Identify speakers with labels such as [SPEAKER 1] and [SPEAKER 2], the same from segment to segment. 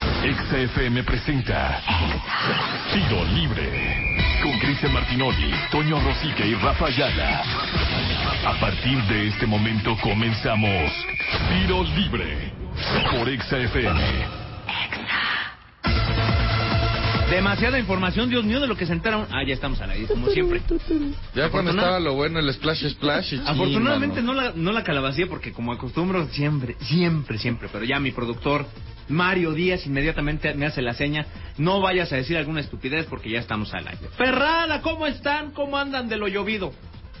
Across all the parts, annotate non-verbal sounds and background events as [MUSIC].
[SPEAKER 1] XFM presenta Tiro Libre con Cristian Martinoli, Toño Rosique y Rafa Ayala. A partir de este momento comenzamos Tiro Libre por XFM.
[SPEAKER 2] Demasiada información, Dios mío, de lo que se enteraron. Ah, ya estamos al aire, como siempre.
[SPEAKER 3] Ya cuando
[SPEAKER 2] Afortuna-
[SPEAKER 3] estaba lo bueno el splash splash y
[SPEAKER 2] Afortunadamente
[SPEAKER 3] no.
[SPEAKER 2] no la, no la calabacía porque como acostumbro siempre, siempre, siempre, pero ya mi productor Mario Díaz inmediatamente me hace la seña, no vayas a decir alguna estupidez porque ya estamos al aire. Ferrada, ¿cómo están? ¿Cómo andan de lo llovido?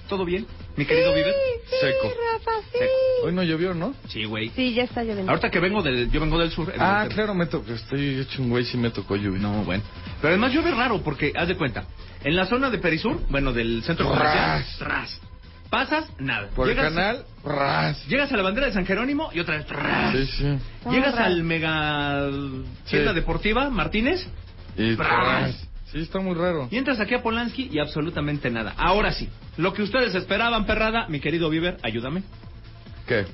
[SPEAKER 2] ¿Todo bien? Mi querido Viver.
[SPEAKER 3] Seco.
[SPEAKER 4] Rafa, sí.
[SPEAKER 3] Hoy no llovió, ¿no?
[SPEAKER 2] Sí, güey.
[SPEAKER 4] Sí, ya está lloviendo.
[SPEAKER 2] Ahorita que vengo del, yo vengo del sur.
[SPEAKER 3] Ah,
[SPEAKER 2] evidentemente.
[SPEAKER 3] claro, me tocó. Estoy hecho un güey si me tocó lluvia.
[SPEAKER 2] No, bueno. Pero además llueve raro porque, haz de cuenta, en la zona de Perisur, bueno, del centro comercial,
[SPEAKER 3] Ras.
[SPEAKER 2] ras. Pasas, nada.
[SPEAKER 3] Por
[SPEAKER 2] Llegas-
[SPEAKER 3] el canal, ras.
[SPEAKER 2] Llegas a la bandera de San Jerónimo y otra vez. ras.
[SPEAKER 3] Sí, sí.
[SPEAKER 2] Llegas
[SPEAKER 4] Ras.
[SPEAKER 2] al mega tienda deportiva Martínez
[SPEAKER 3] Y
[SPEAKER 2] Ras.
[SPEAKER 3] ras. Sí, está muy raro.
[SPEAKER 2] y entras aquí a Polanski y absolutamente nada. Ahora sí, lo que ustedes esperaban, perrada, mi querido Bieber, ayúdame.
[SPEAKER 3] ¿Qué?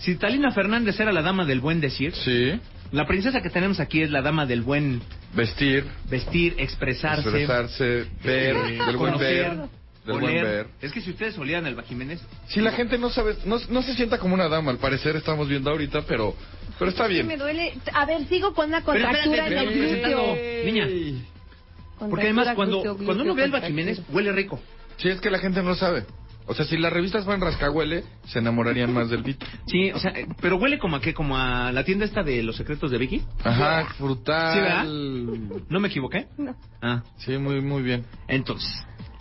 [SPEAKER 2] Si Talina Fernández era la dama del buen decir,
[SPEAKER 3] Sí.
[SPEAKER 2] la princesa que tenemos aquí es la dama del buen
[SPEAKER 3] Vestir,
[SPEAKER 2] vestir, expresarse,
[SPEAKER 3] expresarse, ver,
[SPEAKER 2] eh,
[SPEAKER 3] del buen
[SPEAKER 2] conocer,
[SPEAKER 3] ver, del buen
[SPEAKER 2] oler.
[SPEAKER 3] ver.
[SPEAKER 2] Es que si ustedes olían el Bajiménez,
[SPEAKER 3] Si la gente no sabe, no, no se sienta como una dama, al parecer estamos viendo ahorita, pero pero está
[SPEAKER 4] Me
[SPEAKER 3] bien.
[SPEAKER 4] duele. A ver, sigo con una contractura
[SPEAKER 2] espérate,
[SPEAKER 4] en el
[SPEAKER 2] espérate,
[SPEAKER 4] glúteo.
[SPEAKER 2] presentando. Niña, porque
[SPEAKER 4] Contractura,
[SPEAKER 2] además cuando,
[SPEAKER 4] glúteo,
[SPEAKER 2] cuando uno
[SPEAKER 4] glúteo,
[SPEAKER 2] ve al
[SPEAKER 4] contractura.
[SPEAKER 2] Bajiménez, huele rico.
[SPEAKER 3] Sí, es que la gente no sabe. O sea, si las revistas van rascahuele, se enamorarían más del beat.
[SPEAKER 2] Sí, o sea, eh, pero huele como a qué, como a la tienda esta de los secretos de Vicky.
[SPEAKER 3] Ajá,
[SPEAKER 2] ¿Sí,
[SPEAKER 3] frutal.
[SPEAKER 2] ¿No me equivoqué?
[SPEAKER 4] No.
[SPEAKER 2] Ah,
[SPEAKER 3] Sí, muy, muy bien.
[SPEAKER 2] entonces,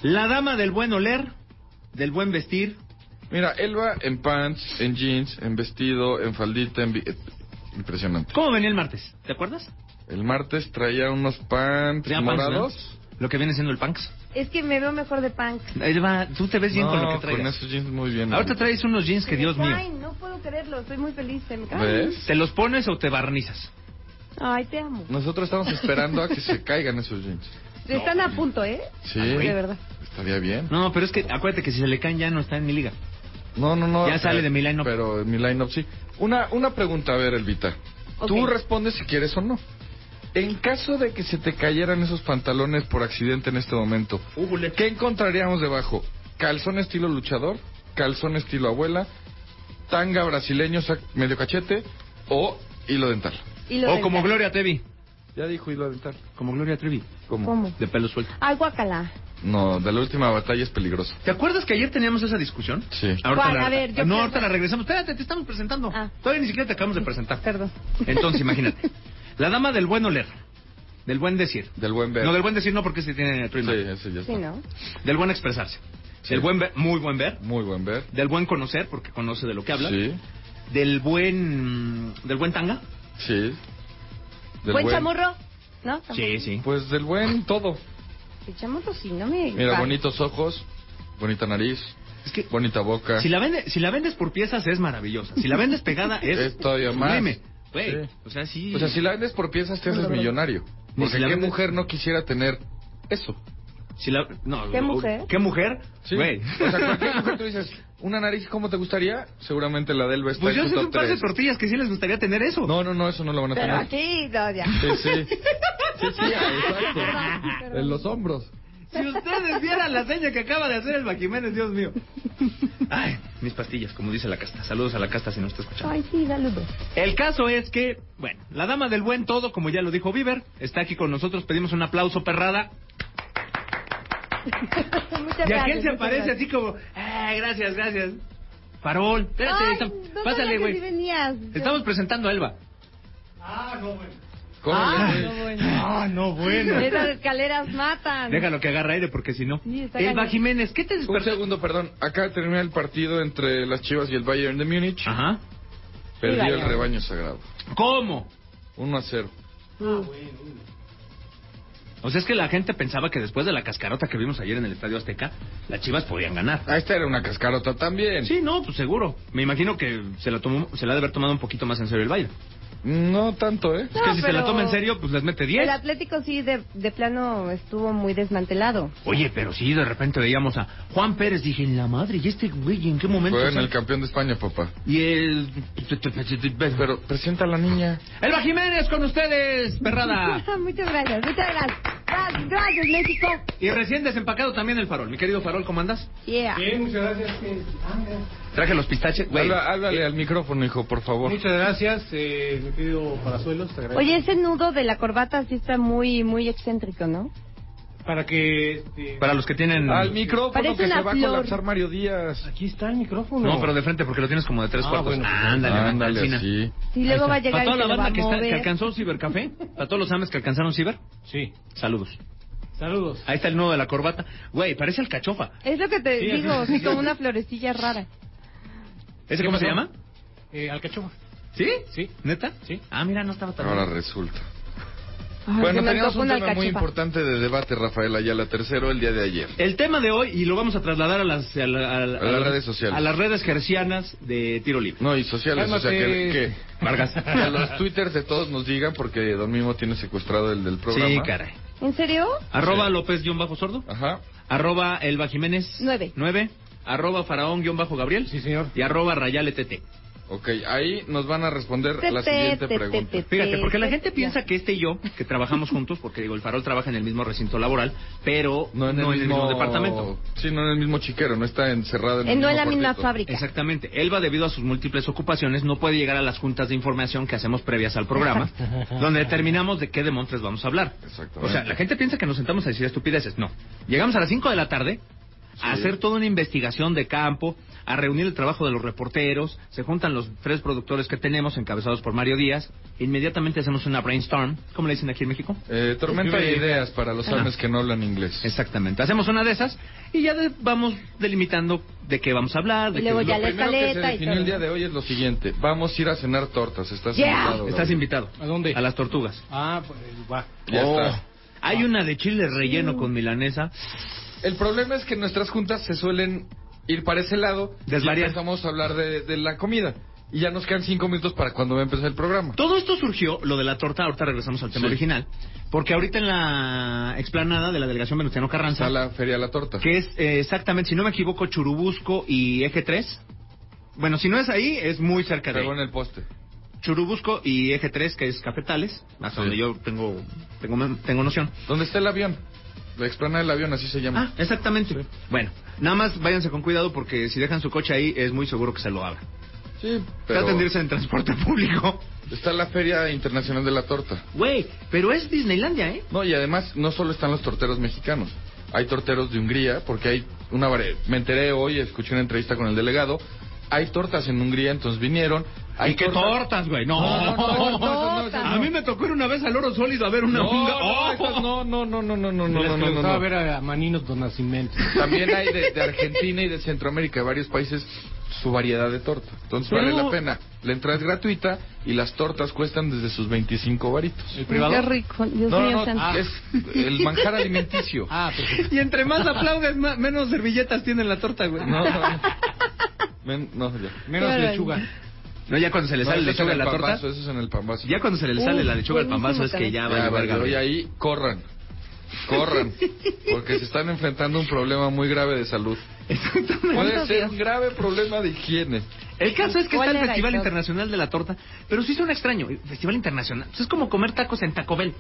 [SPEAKER 2] la dama del buen oler, del buen vestir,
[SPEAKER 3] Mira, él va en pants, en jeans, en vestido, en faldita, en... vi- eh, Impresionante.
[SPEAKER 2] ¿cómo venía el martes? ¿Te acuerdas?
[SPEAKER 3] El martes traía unos pants
[SPEAKER 2] Traía pants,
[SPEAKER 3] morados.
[SPEAKER 2] ¿no? Lo que viene siendo el punks.
[SPEAKER 4] Es que me veo mejor de punk.
[SPEAKER 2] Ahí va, tú te ves bien con lo que
[SPEAKER 3] No, con
[SPEAKER 2] traes.
[SPEAKER 3] esos jeans muy bien.
[SPEAKER 2] Ahorita traes unos jeans que
[SPEAKER 4] Me
[SPEAKER 2] Dios mío.
[SPEAKER 4] caen, No puedo creerlo, estoy muy feliz. Se me caen.
[SPEAKER 3] ¿Ves?
[SPEAKER 2] ¿Te los pones o te barnizas?
[SPEAKER 4] Ay, te amo.
[SPEAKER 3] Nosotros estamos esperando a que se [LAUGHS] caigan esos jeans.
[SPEAKER 4] Están a punto, ¿eh?
[SPEAKER 3] Sí.
[SPEAKER 4] De verdad.
[SPEAKER 3] Estaría bien.
[SPEAKER 2] No, pero es que acuérdate que si se le caen ya no está en mi liga.
[SPEAKER 3] No, no, no.
[SPEAKER 2] Ya
[SPEAKER 3] eh,
[SPEAKER 2] sale de mi line-up.
[SPEAKER 3] Pero en mi line-up sí. Una, una pregunta, a ver, Elvita.
[SPEAKER 4] Ok.
[SPEAKER 3] Tú respondes si quieres o no. En caso de que se te cayeran esos pantalones por accidente en este momento, ¿qué encontraríamos debajo? ¿Calzón estilo luchador? ¿Calzón estilo abuela? ¿Tanga brasileño sac- medio cachete? ¿O hilo dental?
[SPEAKER 4] Y lo
[SPEAKER 2] o
[SPEAKER 4] del-
[SPEAKER 2] Oh, como Gloria Trevi.
[SPEAKER 3] Ya dijo hilo dental.
[SPEAKER 2] Como Gloria Trevi.
[SPEAKER 4] ¿Cómo?
[SPEAKER 2] De pelo suelto.
[SPEAKER 4] Ay, guacala.
[SPEAKER 3] No, de la última batalla es peligroso.
[SPEAKER 2] ¿Te acuerdas que ayer teníamos esa discusión?
[SPEAKER 3] Sí.
[SPEAKER 2] Ahorita
[SPEAKER 4] ¿Cuál?
[SPEAKER 2] la-
[SPEAKER 4] A ver, yo
[SPEAKER 2] no,
[SPEAKER 4] quiero-
[SPEAKER 2] ahorita la regresamos. Espérate, te estamos presentando.
[SPEAKER 4] Ah.
[SPEAKER 2] Todavía ni siquiera te acabamos de presentar.
[SPEAKER 4] Perdón.
[SPEAKER 2] Entonces, imagínate. La dama del buen oler. Del buen decir.
[SPEAKER 3] Del buen ver.
[SPEAKER 2] No, del buen decir no porque se tiene el
[SPEAKER 3] Sí,
[SPEAKER 2] prima.
[SPEAKER 3] ese ya está.
[SPEAKER 4] Sí, ¿no?
[SPEAKER 2] Del buen expresarse.
[SPEAKER 3] Sí.
[SPEAKER 2] Del buen ver, muy buen ver.
[SPEAKER 3] Muy buen ver.
[SPEAKER 2] Del buen conocer porque conoce de lo que habla.
[SPEAKER 3] Sí,
[SPEAKER 2] Del buen... mm, Del buen tanga.
[SPEAKER 3] sí. Del
[SPEAKER 4] Buen chamorro. ¿No?
[SPEAKER 2] Sí, sí.
[SPEAKER 3] Pues del buen todo.
[SPEAKER 4] Sí, Chamorro sí, no me.
[SPEAKER 3] Mira,
[SPEAKER 4] vale.
[SPEAKER 3] bonitos ojos, bonita nariz,
[SPEAKER 2] Es que...
[SPEAKER 3] bonita boca.
[SPEAKER 2] Si la, vende- si la vendes por piezas es maravillosa. Si la vendes
[SPEAKER 3] [LAUGHS]
[SPEAKER 2] pegada es...
[SPEAKER 3] Es todavía más.
[SPEAKER 2] sublime. Güey,
[SPEAKER 3] Sí.
[SPEAKER 2] o sea, sí...
[SPEAKER 3] O sea, si la vendes por piezas te haces millonario.
[SPEAKER 2] Ni
[SPEAKER 3] Porque
[SPEAKER 2] si la
[SPEAKER 3] qué
[SPEAKER 2] vendes-
[SPEAKER 3] mujer no quisiera tener eso.
[SPEAKER 2] Si la- no,
[SPEAKER 4] ¿Qué
[SPEAKER 2] o-
[SPEAKER 4] mujer?
[SPEAKER 2] ¿Qué mujer?
[SPEAKER 3] Sí.
[SPEAKER 2] [LAUGHS] Güey.
[SPEAKER 3] O sea, cualquier mujer tú dices, una nariz como te gustaría, seguramente la del va a estar
[SPEAKER 2] Pues yo
[SPEAKER 3] en
[SPEAKER 2] sé
[SPEAKER 3] su
[SPEAKER 2] un
[SPEAKER 3] top
[SPEAKER 2] par de
[SPEAKER 3] 3.
[SPEAKER 2] tortillas que sí les gustaría tener eso.
[SPEAKER 3] No, no, no, eso no lo van a
[SPEAKER 4] Pero
[SPEAKER 3] tener.
[SPEAKER 4] aquí, no, ya.
[SPEAKER 3] Sí,
[SPEAKER 4] [LAUGHS]
[SPEAKER 3] sí. Sí, sí, ah, exacto. En los hombros.
[SPEAKER 2] Si ustedes vieran la seña que acaba de hacer el Bajiménez, Dios mío. Ay, mis pastillas, como dice la casta. Saludos a la casta si nos está escuchando.
[SPEAKER 4] Ay, sí, pues. saludos.
[SPEAKER 2] El caso es que, bueno, la dama del buen todo, como ya lo dijo Bieber, está aquí con nosotros. Pedimos un aplauso, perrada.
[SPEAKER 4] Muchas
[SPEAKER 2] Y
[SPEAKER 4] gracias.
[SPEAKER 2] a quién se
[SPEAKER 4] muchas
[SPEAKER 2] parece
[SPEAKER 4] gracias.
[SPEAKER 2] así como, ay, gracias, gracias. Farol, espérate,
[SPEAKER 4] Ay,
[SPEAKER 2] está-
[SPEAKER 4] no
[SPEAKER 2] pásale,
[SPEAKER 4] sabía que sí
[SPEAKER 2] güey.
[SPEAKER 4] venías.
[SPEAKER 2] Te Estamos presentando a Elba.
[SPEAKER 3] ¿Cómo
[SPEAKER 4] Ah,
[SPEAKER 3] le-
[SPEAKER 4] no, bueno.
[SPEAKER 2] Ah, no, [LAUGHS] bueno.
[SPEAKER 4] Esas escaleras matan.
[SPEAKER 2] Déjalo que agarre aire porque si no.
[SPEAKER 4] Ah, Sí, está
[SPEAKER 2] Elba
[SPEAKER 4] cañón.
[SPEAKER 2] Jiménez, ¿qué te
[SPEAKER 3] Un
[SPEAKER 2] despertó?
[SPEAKER 3] segundo, perdón. Acá termina el partido entre las Chivas y el Bayern de Múnich.
[SPEAKER 2] Ajá.
[SPEAKER 3] Perdió el
[SPEAKER 4] Bayern.
[SPEAKER 3] rebaño sagrado.
[SPEAKER 2] ¿Cómo?
[SPEAKER 3] 1 a 0.
[SPEAKER 4] Mm.
[SPEAKER 2] O sea, es que la gente pensaba que después de la cascarota que vimos ayer en el Estadio Azteca, las Chivas podían ganar.
[SPEAKER 3] Ah, esta era una cascarota también.
[SPEAKER 2] Sí, no, pues seguro. Me imagino que se la, tomó, se la ha de haber tomado un poquito más en serio el Bayern.
[SPEAKER 3] No tanto, ¿eh?
[SPEAKER 2] es que si se la toma en serio, pues les mete 10.
[SPEAKER 4] El Atlético sí, de, de plano, estuvo muy desmantelado.
[SPEAKER 2] Oye, pero sí, de repente veíamos a Juan Pérez. Dije, en la madre, ¿y este güey en qué momento?
[SPEAKER 3] Fue en
[SPEAKER 2] sale?
[SPEAKER 3] el campeón de España, papá.
[SPEAKER 2] Y el...
[SPEAKER 3] Pero presenta a la niña.
[SPEAKER 2] Elba Jiménez con ustedes, perrada.
[SPEAKER 4] [LAUGHS] muchas gracias, muchas gracias. Gracias, gracias, México.
[SPEAKER 2] Y recién desempacado también el farol. Mi querido farol, ¿cómo andas?
[SPEAKER 4] Yeah.
[SPEAKER 5] Ah,
[SPEAKER 2] Traje los pistaches, güey.
[SPEAKER 3] Habla- háblale
[SPEAKER 4] eh,
[SPEAKER 3] al micrófono, hijo, por favor.
[SPEAKER 5] Muchas gracias, eh, mi querido Parazuelos, te agradezco.
[SPEAKER 4] Oye, ese nudo de la corbata sí está muy, muy excéntrico, ¿no?
[SPEAKER 5] Para que... este,
[SPEAKER 2] Para los que tienen...
[SPEAKER 3] Al micrófono
[SPEAKER 4] Parece
[SPEAKER 3] que se
[SPEAKER 4] una
[SPEAKER 3] va a
[SPEAKER 4] flor.
[SPEAKER 3] colapsar Mario Díaz.
[SPEAKER 5] Aquí está el micrófono.
[SPEAKER 2] No, pero de frente porque lo tienes como de tres
[SPEAKER 5] Ah,
[SPEAKER 2] cuartos.
[SPEAKER 5] bueno.
[SPEAKER 2] ándale, ándale, Alcina.
[SPEAKER 3] sí.
[SPEAKER 4] Sí, luego va a
[SPEAKER 2] Para
[SPEAKER 4] llegar y
[SPEAKER 2] toda
[SPEAKER 4] se
[SPEAKER 2] la
[SPEAKER 4] lo va
[SPEAKER 2] banda
[SPEAKER 4] a
[SPEAKER 2] que, está, que
[SPEAKER 4] mover.
[SPEAKER 2] alcanzó Cibercafé, para todos los ames que alcanzaron Ciber,
[SPEAKER 5] Sí.
[SPEAKER 2] saludos.
[SPEAKER 5] Saludos.
[SPEAKER 2] Ahí está el nudo de la corbata. Güey, parece el cachofa.
[SPEAKER 4] Es lo que te
[SPEAKER 5] Sí,
[SPEAKER 4] digo,
[SPEAKER 5] así-
[SPEAKER 4] sí, como una florecilla rara.
[SPEAKER 2] ¿Ese cómo se
[SPEAKER 5] pasó?
[SPEAKER 2] llama?
[SPEAKER 5] Eh, Alcachofa.
[SPEAKER 2] ¿Sí?
[SPEAKER 5] Sí.
[SPEAKER 2] ¿Neta?
[SPEAKER 5] Sí.
[SPEAKER 2] Ah, mira, no estaba tan
[SPEAKER 3] Ahora
[SPEAKER 2] mal.
[SPEAKER 3] resulta.
[SPEAKER 4] Ay, se
[SPEAKER 3] bueno,
[SPEAKER 4] me
[SPEAKER 3] teníamos
[SPEAKER 4] antoja
[SPEAKER 3] un
[SPEAKER 4] una
[SPEAKER 3] tema muy
[SPEAKER 4] alcachofa.
[SPEAKER 3] importante de debate, Rafael Ayala Tercero, el día de ayer.
[SPEAKER 2] El tema de hoy, y lo vamos a trasladar a las, a la- a la-
[SPEAKER 3] A las redes sociales.
[SPEAKER 2] A las redes gercianas de tiro libre.
[SPEAKER 3] No, y sociales, o sea, que,
[SPEAKER 5] Cálmate.
[SPEAKER 3] que-
[SPEAKER 2] Vargas.
[SPEAKER 3] que a los twitters de todos nos digan, porque Don Mimo tiene secuestrado el del programa. Ah.
[SPEAKER 2] Sí, caray.
[SPEAKER 4] ¿En serio?
[SPEAKER 2] Arroba López-Sordo.
[SPEAKER 3] Ajá.
[SPEAKER 2] Arroba Elba Jiménez.
[SPEAKER 4] Nueve.
[SPEAKER 2] Nueve. Arroba Faraón-Gabriel.
[SPEAKER 5] Sí, señor.
[SPEAKER 2] Y arroba E Rayalett.
[SPEAKER 3] Ok, ahí nos van a responder la
[SPEAKER 4] Te, te,
[SPEAKER 3] siguiente
[SPEAKER 4] te, te,
[SPEAKER 3] pregunta.
[SPEAKER 4] te,
[SPEAKER 2] Fíjate, porque la
[SPEAKER 4] te,
[SPEAKER 2] gente
[SPEAKER 4] te,
[SPEAKER 2] piensa
[SPEAKER 4] ya.
[SPEAKER 2] que este y yo, que trabajamos juntos, porque digo, el farol trabaja en el mismo recinto laboral, pero no en el, mismo... departamento.
[SPEAKER 3] Sí, no en el mismo chiquero, no está encerrado en el
[SPEAKER 4] Eh, No
[SPEAKER 3] mismo
[SPEAKER 4] es la misma
[SPEAKER 3] cuartito.
[SPEAKER 4] fábrica.
[SPEAKER 2] Exactamente. Elba, debido a sus múltiples ocupaciones, no puede llegar a las juntas de información que hacemos previas al programa, donde determinamos de qué demontres vamos a hablar.
[SPEAKER 3] Exactamente.
[SPEAKER 2] O sea, la gente piensa que nos sentamos a decir estupideces. No. Llegamos a las 5 de la tarde a
[SPEAKER 3] Sí.
[SPEAKER 2] hacer toda una investigación de campo, a reunir el trabajo de los reporteros, se juntan los tres productores que tenemos, encabezados por Mario Díaz, inmediatamente hacemos una brainstorm, ¿cómo le dicen aquí en México?
[SPEAKER 3] Eh, tormenta de ideas para los
[SPEAKER 2] Ajá.
[SPEAKER 3] hombres que no hablan inglés.
[SPEAKER 2] Exactamente. Hacemos una de esas y ya de- vamos delimitando de qué vamos a hablar. De
[SPEAKER 4] Y luego
[SPEAKER 2] qué-
[SPEAKER 4] ya
[SPEAKER 3] Lo
[SPEAKER 4] la
[SPEAKER 3] primero que se
[SPEAKER 4] escaleta y
[SPEAKER 3] definió
[SPEAKER 4] todo.
[SPEAKER 3] el día de hoy es lo siguiente. Vamos a ir a cenar tortas. Estás
[SPEAKER 4] Yeah.
[SPEAKER 3] invitado.
[SPEAKER 2] Estás
[SPEAKER 3] Gabriel.
[SPEAKER 2] invitado.
[SPEAKER 5] ¿A dónde?
[SPEAKER 2] A las tortugas.
[SPEAKER 5] Ah, pues, eh, va.
[SPEAKER 3] Ya
[SPEAKER 2] Oh.
[SPEAKER 3] está. Ah.
[SPEAKER 2] Hay una de chile relleno
[SPEAKER 4] Mm.
[SPEAKER 2] con milanesa.
[SPEAKER 3] El problema es que nuestras juntas se suelen ir para ese lado.
[SPEAKER 2] Desvariar.
[SPEAKER 3] Y empezamos a hablar de, de la comida. Y ya nos quedan cinco minutos para cuando va a empezar el programa.
[SPEAKER 2] Todo esto surgió, lo de la torta, ahorita regresamos al tema
[SPEAKER 3] Sí.
[SPEAKER 2] original, porque ahorita en la explanada de la delegación Venustiano Carranza,
[SPEAKER 3] Está la feria de la torta.
[SPEAKER 2] que es eh, exactamente, si no me equivoco, Churubusco y Eje 3. Bueno, si no es ahí, es muy cerca de
[SPEAKER 3] Pegó
[SPEAKER 2] ahí.
[SPEAKER 3] en el poste.
[SPEAKER 2] Churubusco y Eje 3, que es Cafetales, hasta
[SPEAKER 3] Sí.
[SPEAKER 2] donde yo tengo, tengo, tengo noción.
[SPEAKER 3] ¿Dónde está el avión? La explanada del avión, así se
[SPEAKER 2] Ah,
[SPEAKER 3] llama.
[SPEAKER 2] exactamente. Bueno, nada más váyanse con cuidado porque si dejan su coche ahí es muy seguro que se lo abran.
[SPEAKER 3] Sí,
[SPEAKER 2] Traten de
[SPEAKER 3] pero
[SPEAKER 2] irse en transporte [LAUGHS] público.
[SPEAKER 3] está la feria internacional de la torta.
[SPEAKER 2] Güey, pero es Disneylandia, ¿eh?
[SPEAKER 3] No, y además no solo están los torteros mexicanos, hay torteros de Hungría, porque hay una vari- me enteré hoy, escuché una entrevista con el delegado, hay tortas en Hungría, entonces vinieron. Hay
[SPEAKER 2] ¿Y qué tortas, güey? No.
[SPEAKER 3] No, no, no, no, no, no,
[SPEAKER 2] A mí me tocó ir una vez al oro sólido a ver una
[SPEAKER 3] No,
[SPEAKER 2] hunga-
[SPEAKER 3] no,
[SPEAKER 2] ¡Oh!
[SPEAKER 3] estas no, no, no, no, no, no,
[SPEAKER 5] No,
[SPEAKER 3] no, no, no, no.
[SPEAKER 5] ver a Maninos Don [LAUGHS] Nacimiento.
[SPEAKER 3] También hay de, de Argentina y de Centroamérica, de varios países, su variedad de torta. Entonces vale
[SPEAKER 2] Pero-
[SPEAKER 3] la pena. La entrada es gratuita y las tortas cuestan desde sus 25 varitos.
[SPEAKER 5] ¿El
[SPEAKER 4] Qué
[SPEAKER 5] privado?
[SPEAKER 4] rico, Dios
[SPEAKER 3] No,
[SPEAKER 4] mío
[SPEAKER 3] no,
[SPEAKER 4] santo.
[SPEAKER 3] no,
[SPEAKER 2] ah,
[SPEAKER 3] es el manjar [LAUGHS] alimenticio.
[SPEAKER 5] Ah, perfecto.
[SPEAKER 2] Y entre más aplaudes, ma- menos servilletas tiene la torta, güey.
[SPEAKER 3] No, no, no. Men- no, ya.
[SPEAKER 5] Menos
[SPEAKER 4] Claro.
[SPEAKER 5] lechuga.
[SPEAKER 2] No, ya cuando se le
[SPEAKER 3] No,
[SPEAKER 2] sale la
[SPEAKER 3] eso es
[SPEAKER 2] lechuga
[SPEAKER 3] en el
[SPEAKER 2] a la torta.
[SPEAKER 3] pambazo, Eso es en el pambazo.
[SPEAKER 2] Ya cuando se le sale
[SPEAKER 4] Uy,
[SPEAKER 2] la lechuga al
[SPEAKER 4] buenísimo
[SPEAKER 2] pamazo es que ya
[SPEAKER 3] Ya,
[SPEAKER 2] va a
[SPEAKER 3] valió, y
[SPEAKER 2] verga.
[SPEAKER 3] ahí corran. Corran. Porque se están enfrentando un problema muy grave de salud. Puede ser un grave problema de higiene.
[SPEAKER 2] El caso es que
[SPEAKER 4] ¿Cuál
[SPEAKER 2] está el
[SPEAKER 4] era el
[SPEAKER 2] Festival
[SPEAKER 4] top?
[SPEAKER 2] Internacional de la Torta, pero sí suena extraño. el Festival Internacional. pues es como comer tacos en Taco Bell.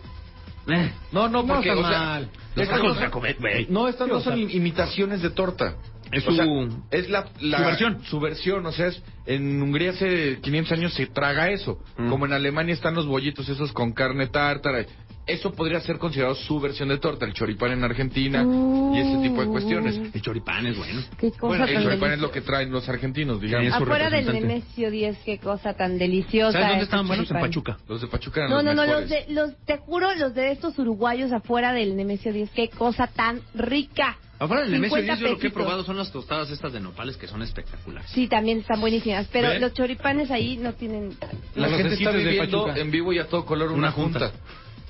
[SPEAKER 2] Eh,
[SPEAKER 3] No, no,
[SPEAKER 5] No,
[SPEAKER 3] porque,
[SPEAKER 5] está
[SPEAKER 3] o sea,
[SPEAKER 5] mal.
[SPEAKER 2] los
[SPEAKER 3] esta
[SPEAKER 2] tacos de
[SPEAKER 3] cosa-
[SPEAKER 2] Taco Bell, güey.
[SPEAKER 3] No, estas
[SPEAKER 5] Sí,
[SPEAKER 3] no
[SPEAKER 5] o sea,
[SPEAKER 3] son imitaciones de torta.
[SPEAKER 2] Es
[SPEAKER 3] O sea,
[SPEAKER 2] su-
[SPEAKER 3] es la, la-
[SPEAKER 2] su versión.
[SPEAKER 3] su versión, o sea, es- en Hungría hace 500 años se traga eso.
[SPEAKER 2] Mm.
[SPEAKER 3] Como en Alemania están los bollitos esos con carne tártara. y- Eso podría ser considerado su versión de torta, el choripán en Argentina
[SPEAKER 4] Uh.
[SPEAKER 3] y ese tipo de cuestiones.
[SPEAKER 2] pues, El choripán es bueno.
[SPEAKER 4] Qué cosa
[SPEAKER 3] Bueno, el
[SPEAKER 4] tan
[SPEAKER 3] choripán es
[SPEAKER 4] deliciosa.
[SPEAKER 3] lo que traen los argentinos,
[SPEAKER 2] es
[SPEAKER 3] digamos.
[SPEAKER 2] su
[SPEAKER 4] Afuera del
[SPEAKER 2] representante.
[SPEAKER 4] Nemesio 10, qué cosa tan deliciosa.
[SPEAKER 2] ¿Sabes dónde
[SPEAKER 4] ese
[SPEAKER 2] estaban buenos? En
[SPEAKER 4] choripán.
[SPEAKER 2] Pachuca.
[SPEAKER 3] Los de Pachuca eran
[SPEAKER 4] No, no, no, los
[SPEAKER 3] mejores.
[SPEAKER 4] de, los, te juro, los de estos uruguayos afuera del Nemesio 10, qué cosa tan rica.
[SPEAKER 2] Afuera del Nemesio
[SPEAKER 4] 50
[SPEAKER 2] 10 yo lo que he
[SPEAKER 4] pesitos.
[SPEAKER 2] probado son las tostadas estas de nopales que son espectaculares.
[SPEAKER 4] Sí, también están buenísimas, pero
[SPEAKER 2] ¿Ve?
[SPEAKER 4] los choripanes ahí no tienen...
[SPEAKER 3] La
[SPEAKER 5] Los
[SPEAKER 3] gente está
[SPEAKER 5] cecitos de
[SPEAKER 3] viviendo
[SPEAKER 5] Pachuca.
[SPEAKER 3] en vivo y a todo color una,
[SPEAKER 2] Una
[SPEAKER 3] junta.
[SPEAKER 2] junta.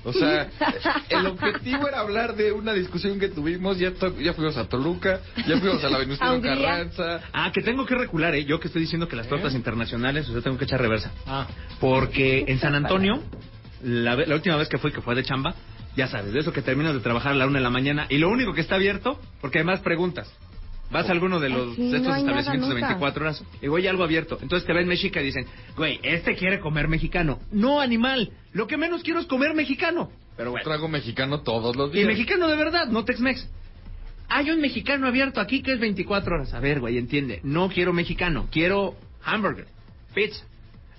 [SPEAKER 3] O
[SPEAKER 4] [LAUGHS]
[SPEAKER 3] sea, el objetivo era hablar de una discusión que tuvimos. Ya, to- ya fuimos a Toluca, ya fuimos a la
[SPEAKER 4] [LAUGHS] ¿A
[SPEAKER 3] Venustiano
[SPEAKER 4] Hungría?
[SPEAKER 3] Carranza.
[SPEAKER 2] Ah, que tengo que recular, ¿eh? Yo que estoy diciendo que las tortas internacionales, o sea, tengo que echar reversa.
[SPEAKER 5] Ah,
[SPEAKER 2] Porque en San Antonio, la, ve- la última vez que fui, que fue de chamba, ya sabes, de eso que terminas de trabajar a la una de la mañana, y lo único que está abierto, porque además preguntas, vas a alguno de los
[SPEAKER 4] Sí,
[SPEAKER 2] de estos
[SPEAKER 4] no hay nada
[SPEAKER 2] establecimientos de
[SPEAKER 4] nunca.
[SPEAKER 2] 24 horas, y voy algo abierto. Entonces te ven mexica y dicen, güey, este quiere comer mexicano. No, animal, lo que menos quiero es comer mexicano. Pero bueno.
[SPEAKER 3] Trago mexicano todos los
[SPEAKER 2] Y
[SPEAKER 3] días.
[SPEAKER 2] mexicano de verdad, no Tex-Mex. Hay un mexicano abierto aquí que es 24 horas. A ver, güey, entiende. No quiero mexicano, quiero hamburger, pizza.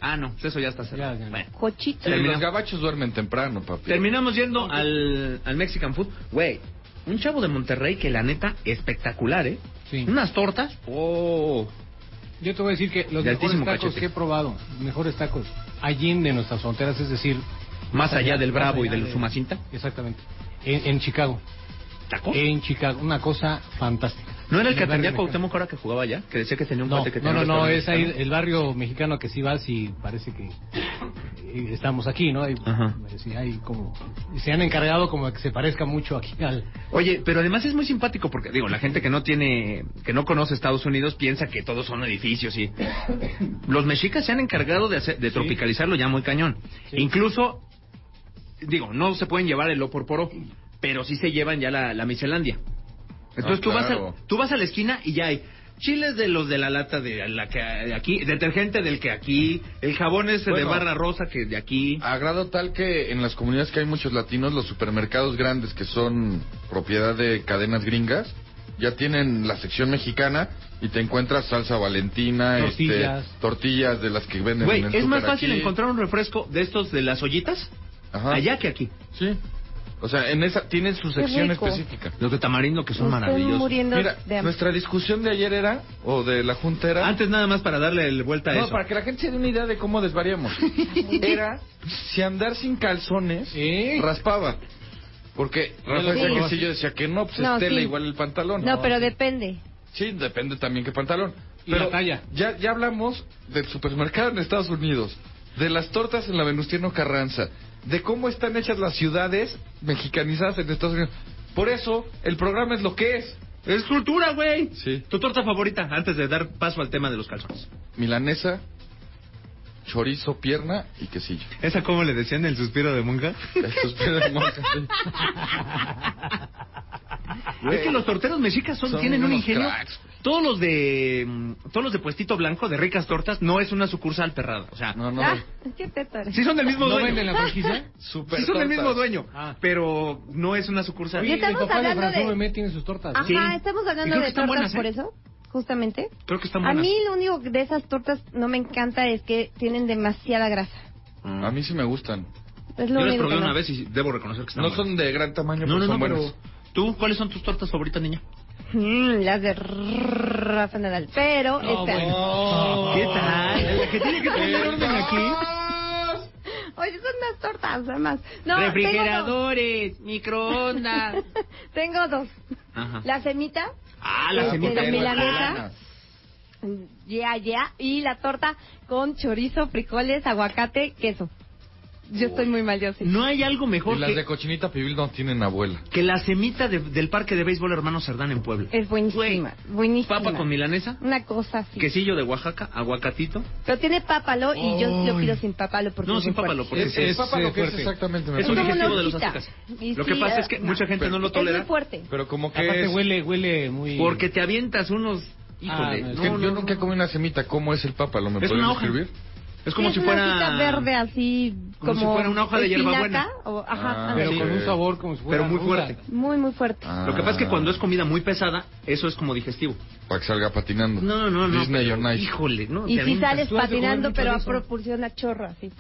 [SPEAKER 2] Ah, no, pues eso ya está cerrado.
[SPEAKER 5] Ya, ya.
[SPEAKER 2] Bueno.
[SPEAKER 4] Cochitos.
[SPEAKER 3] Sí,
[SPEAKER 2] Termina-
[SPEAKER 3] los gabachos duermen temprano, papi.
[SPEAKER 2] Terminamos yendo al, al Mexican Food. Güey, un chavo de Monterrey que la neta, espectacular, ¿eh?
[SPEAKER 5] sí.
[SPEAKER 2] Unas tortas. Oh.
[SPEAKER 5] Yo te voy a decir que los
[SPEAKER 2] De
[SPEAKER 5] mejores
[SPEAKER 2] altísimo
[SPEAKER 5] tacos
[SPEAKER 2] cachete.
[SPEAKER 5] que he probado, mejores tacos, allende nuestras fronteras, es decir...
[SPEAKER 2] Más allá del
[SPEAKER 5] más
[SPEAKER 2] Bravo y
[SPEAKER 5] allá
[SPEAKER 2] del
[SPEAKER 5] de-
[SPEAKER 2] Sumacinta.
[SPEAKER 5] Exactamente. En, en Chicago.
[SPEAKER 2] ¿Tacos?
[SPEAKER 5] En Chicago. Una cosa fantástica.
[SPEAKER 2] ¿No era el que
[SPEAKER 5] Eh, barrio
[SPEAKER 2] atendía a
[SPEAKER 5] mexicano.
[SPEAKER 2] Cuauhtémoc ahora que jugaba allá? Que decía que tenía un
[SPEAKER 5] No,
[SPEAKER 2] cuate que
[SPEAKER 5] no,
[SPEAKER 2] tenía
[SPEAKER 5] no,
[SPEAKER 2] un
[SPEAKER 5] no, es
[SPEAKER 2] restaurante
[SPEAKER 5] ahí
[SPEAKER 2] mexicano.
[SPEAKER 5] el barrio mexicano que sí vas y parece que eh, estamos aquí, ¿no? Y,
[SPEAKER 2] Ajá.
[SPEAKER 5] sí, hay como, y se han encargado como de que se parezca mucho aquí al...
[SPEAKER 2] Oye, pero además es muy simpático porque, digo, la gente que no tiene, que no conoce Estados Unidos piensa que todos son edificios y... Los mexicas se han encargado de, hacer- de
[SPEAKER 5] Sí.
[SPEAKER 2] tropicalizarlo ya muy cañón.
[SPEAKER 5] Sí.
[SPEAKER 2] Incluso, digo, no se pueden llevar el por poro, pero sí se llevan ya la, la michelandia. Entonces
[SPEAKER 3] Ah,
[SPEAKER 2] tú,
[SPEAKER 3] claro.
[SPEAKER 2] vas a, tú vas a la esquina y ya hay chiles de los de la lata de la que de aquí, detergente del que aquí, el jabón ese
[SPEAKER 3] Bueno. Ah,
[SPEAKER 2] de barra rosa que de aquí.
[SPEAKER 3] A grado tal que en las comunidades que hay muchos latinos, los supermercados grandes que son propiedad de cadenas gringas, ya tienen la sección mexicana y te encuentras salsa valentina,
[SPEAKER 5] Tortillas.
[SPEAKER 3] este, tortillas de las que venden
[SPEAKER 2] Güey,
[SPEAKER 3] en el
[SPEAKER 2] es más
[SPEAKER 3] súper
[SPEAKER 2] fácil
[SPEAKER 3] aquí.
[SPEAKER 2] encontrar un refresco de estos de las ollitas
[SPEAKER 3] Ajá.
[SPEAKER 2] allá que aquí.
[SPEAKER 3] Sí. O sea, en esa tienen su sección
[SPEAKER 4] rico.
[SPEAKER 3] específica.
[SPEAKER 2] Los de tamarindo que son
[SPEAKER 4] Me estoy
[SPEAKER 2] maravillosos.
[SPEAKER 4] muriendo
[SPEAKER 3] Mira,
[SPEAKER 4] de hambre.
[SPEAKER 3] nuestra discusión de ayer era, o de la junta era...
[SPEAKER 2] Antes nada más para darle el vuelta a
[SPEAKER 3] no,
[SPEAKER 2] eso.
[SPEAKER 3] para que la gente se dé una idea de cómo
[SPEAKER 4] [LAUGHS]
[SPEAKER 3] desvariamos. Era si andar sin calzones
[SPEAKER 5] ¿Eh?
[SPEAKER 3] raspaba. Porque Rafael
[SPEAKER 4] Sí.
[SPEAKER 3] Sanguisillo decía que no, pues
[SPEAKER 4] No,
[SPEAKER 3] estela
[SPEAKER 4] sí.
[SPEAKER 3] igual el pantalón.
[SPEAKER 4] No, pero depende.
[SPEAKER 3] Sí, depende también qué pantalón.
[SPEAKER 5] Y la
[SPEAKER 3] Pero
[SPEAKER 5] talla.
[SPEAKER 3] Ya, ya hablamos del supermercado en Estados Unidos, de las tortas en la Venustiano Carranza, de cómo están hechas las ciudades mexicanizadas en Estados Unidos. Por eso, el programa es lo que es.
[SPEAKER 2] Es cultura, güey.
[SPEAKER 3] Sí.
[SPEAKER 2] Tu torta favorita, antes de dar paso al tema de los calzones.
[SPEAKER 3] Milanesa, chorizo, pierna y quesillo.
[SPEAKER 2] ¿Esa cómo le decían el suspiro de monja?
[SPEAKER 3] Eso es pedo de monja, sí.
[SPEAKER 2] Es que los torteros mexicas son,
[SPEAKER 3] Son
[SPEAKER 2] tienen un
[SPEAKER 3] unos
[SPEAKER 2] ingenio.
[SPEAKER 3] cracks.
[SPEAKER 2] Todos los de mm, todos los de puestito blanco de ricas tortas no es una sucursal perrada, o sea,
[SPEAKER 3] No, no.
[SPEAKER 4] Ah, qué tétara.
[SPEAKER 2] sí son del mismo
[SPEAKER 5] ¿No
[SPEAKER 2] dueño.
[SPEAKER 5] venden la franquicia?
[SPEAKER 3] Super
[SPEAKER 2] Sí son del
[SPEAKER 3] tortas.
[SPEAKER 2] mismo dueño,
[SPEAKER 5] Ah.
[SPEAKER 2] pero no es una sucursal.
[SPEAKER 4] Oye, estamos
[SPEAKER 5] el papá
[SPEAKER 4] hablando
[SPEAKER 5] de... François
[SPEAKER 4] de-
[SPEAKER 5] Memé tiene sus tortas. ¿no?
[SPEAKER 4] Ajá,
[SPEAKER 2] Sí.
[SPEAKER 4] estamos
[SPEAKER 2] Y
[SPEAKER 4] hablando
[SPEAKER 2] creo que
[SPEAKER 4] de
[SPEAKER 2] están
[SPEAKER 4] tortas
[SPEAKER 2] buenas, ¿eh?
[SPEAKER 4] por eso, justamente.
[SPEAKER 2] Creo que están
[SPEAKER 4] A
[SPEAKER 2] buenas.
[SPEAKER 4] mí lo único de esas tortas no me encanta es que tienen demasiada grasa.
[SPEAKER 2] Mm.
[SPEAKER 3] A mí sí me gustan.
[SPEAKER 4] Es lo
[SPEAKER 2] Yo las
[SPEAKER 4] único
[SPEAKER 2] probé
[SPEAKER 4] que no.
[SPEAKER 2] una vez y debo reconocer que están
[SPEAKER 3] No
[SPEAKER 2] buenas.
[SPEAKER 3] son de gran tamaño,
[SPEAKER 2] No,
[SPEAKER 3] pero
[SPEAKER 2] no,
[SPEAKER 3] son
[SPEAKER 2] no,
[SPEAKER 3] buenas.
[SPEAKER 2] pero tú ¿cuáles son tus tortas favoritas, niña?
[SPEAKER 4] Mm, las de Rafa Nadal. Pero
[SPEAKER 5] No,
[SPEAKER 4] esta-
[SPEAKER 5] bueno.
[SPEAKER 2] ¿Qué tal? Oh. Que tiene que poner orden
[SPEAKER 4] Oye, son unas tortas, nada más. No,
[SPEAKER 2] microondas.
[SPEAKER 4] Tengo dos. [LAUGHS] tengo dos.
[SPEAKER 2] [LAUGHS] Ajá.
[SPEAKER 4] La semita,
[SPEAKER 2] Ah,
[SPEAKER 4] la
[SPEAKER 2] la semita.
[SPEAKER 4] semita
[SPEAKER 2] es muy
[SPEAKER 4] milanesa.
[SPEAKER 2] buena.
[SPEAKER 4] ya, ya. Y la torta con chorizo, frijoles, aguacate, queso. Yo estoy muy mal, yo sí.
[SPEAKER 2] No hay algo
[SPEAKER 3] Y
[SPEAKER 2] mejor
[SPEAKER 3] las de
[SPEAKER 2] que,
[SPEAKER 3] cochinita pibil no tienen abuela.
[SPEAKER 2] que la semita de- del parque de béisbol hermano Cerdán en Puebla.
[SPEAKER 4] Es buenísima, buenísima. Mm,
[SPEAKER 2] Papa con milanesa,
[SPEAKER 4] Una cosa así.
[SPEAKER 2] quesillo de Oaxaca, aguacatito.
[SPEAKER 4] Pero tiene pápalo y yo lo
[SPEAKER 3] Ay.
[SPEAKER 4] pido sin pápalo porque
[SPEAKER 2] No,
[SPEAKER 4] es
[SPEAKER 2] sin
[SPEAKER 4] muy fuerte.
[SPEAKER 2] pápalo, porque
[SPEAKER 3] es,
[SPEAKER 2] es-
[SPEAKER 3] es papa
[SPEAKER 5] es,
[SPEAKER 3] lo
[SPEAKER 5] eh,
[SPEAKER 3] que es
[SPEAKER 5] fuerte.
[SPEAKER 3] exactamente. me
[SPEAKER 2] Es un
[SPEAKER 4] como
[SPEAKER 3] parece.
[SPEAKER 4] una
[SPEAKER 2] digestivo de los
[SPEAKER 4] hojita.
[SPEAKER 2] aztecas.
[SPEAKER 4] Y
[SPEAKER 2] Lo que
[SPEAKER 4] sí,
[SPEAKER 2] pasa
[SPEAKER 4] eh,
[SPEAKER 2] es que
[SPEAKER 4] no.
[SPEAKER 2] mucha gente no lo
[SPEAKER 4] Es muy
[SPEAKER 2] tolera
[SPEAKER 4] fuerte.
[SPEAKER 3] Pero como que
[SPEAKER 5] Aparte
[SPEAKER 3] es...
[SPEAKER 5] huele, huele muy...
[SPEAKER 2] porque te avientas unos... Híjole,
[SPEAKER 5] Ah, no,
[SPEAKER 3] es que
[SPEAKER 2] no,
[SPEAKER 3] yo
[SPEAKER 2] no,
[SPEAKER 3] nunca
[SPEAKER 2] no.
[SPEAKER 3] comí una semita. ¿Cómo es el papa? ¿Lo me
[SPEAKER 2] Es
[SPEAKER 3] pueden
[SPEAKER 2] una hoja.
[SPEAKER 3] describir?
[SPEAKER 2] Es como
[SPEAKER 4] Sí,
[SPEAKER 2] si
[SPEAKER 4] una hojita
[SPEAKER 2] fuera.
[SPEAKER 4] verde así
[SPEAKER 2] como
[SPEAKER 4] como,
[SPEAKER 2] si fuera una hoja de
[SPEAKER 4] espinaca,
[SPEAKER 2] hierbabuena.
[SPEAKER 4] o- ajá,
[SPEAKER 3] Ah,
[SPEAKER 4] ándale.
[SPEAKER 5] Pero
[SPEAKER 3] sí.
[SPEAKER 5] con un sabor como si fuera
[SPEAKER 2] Pero muy
[SPEAKER 5] ruda.
[SPEAKER 2] fuerte.
[SPEAKER 4] muy muy fuerte.
[SPEAKER 3] Ah.
[SPEAKER 2] Lo que pasa es que cuando es comida muy pesada, eso es como digestivo.
[SPEAKER 3] Para que salga patinando.
[SPEAKER 2] No, no, no.
[SPEAKER 3] Disney
[SPEAKER 2] pero,
[SPEAKER 3] on Ice.
[SPEAKER 2] Híjole, no. te
[SPEAKER 4] y si
[SPEAKER 2] avientas.
[SPEAKER 4] sales
[SPEAKER 5] tú has de
[SPEAKER 4] patinando,
[SPEAKER 5] comer
[SPEAKER 4] pero a
[SPEAKER 5] mucho de eso.
[SPEAKER 4] proporción a chorro, así.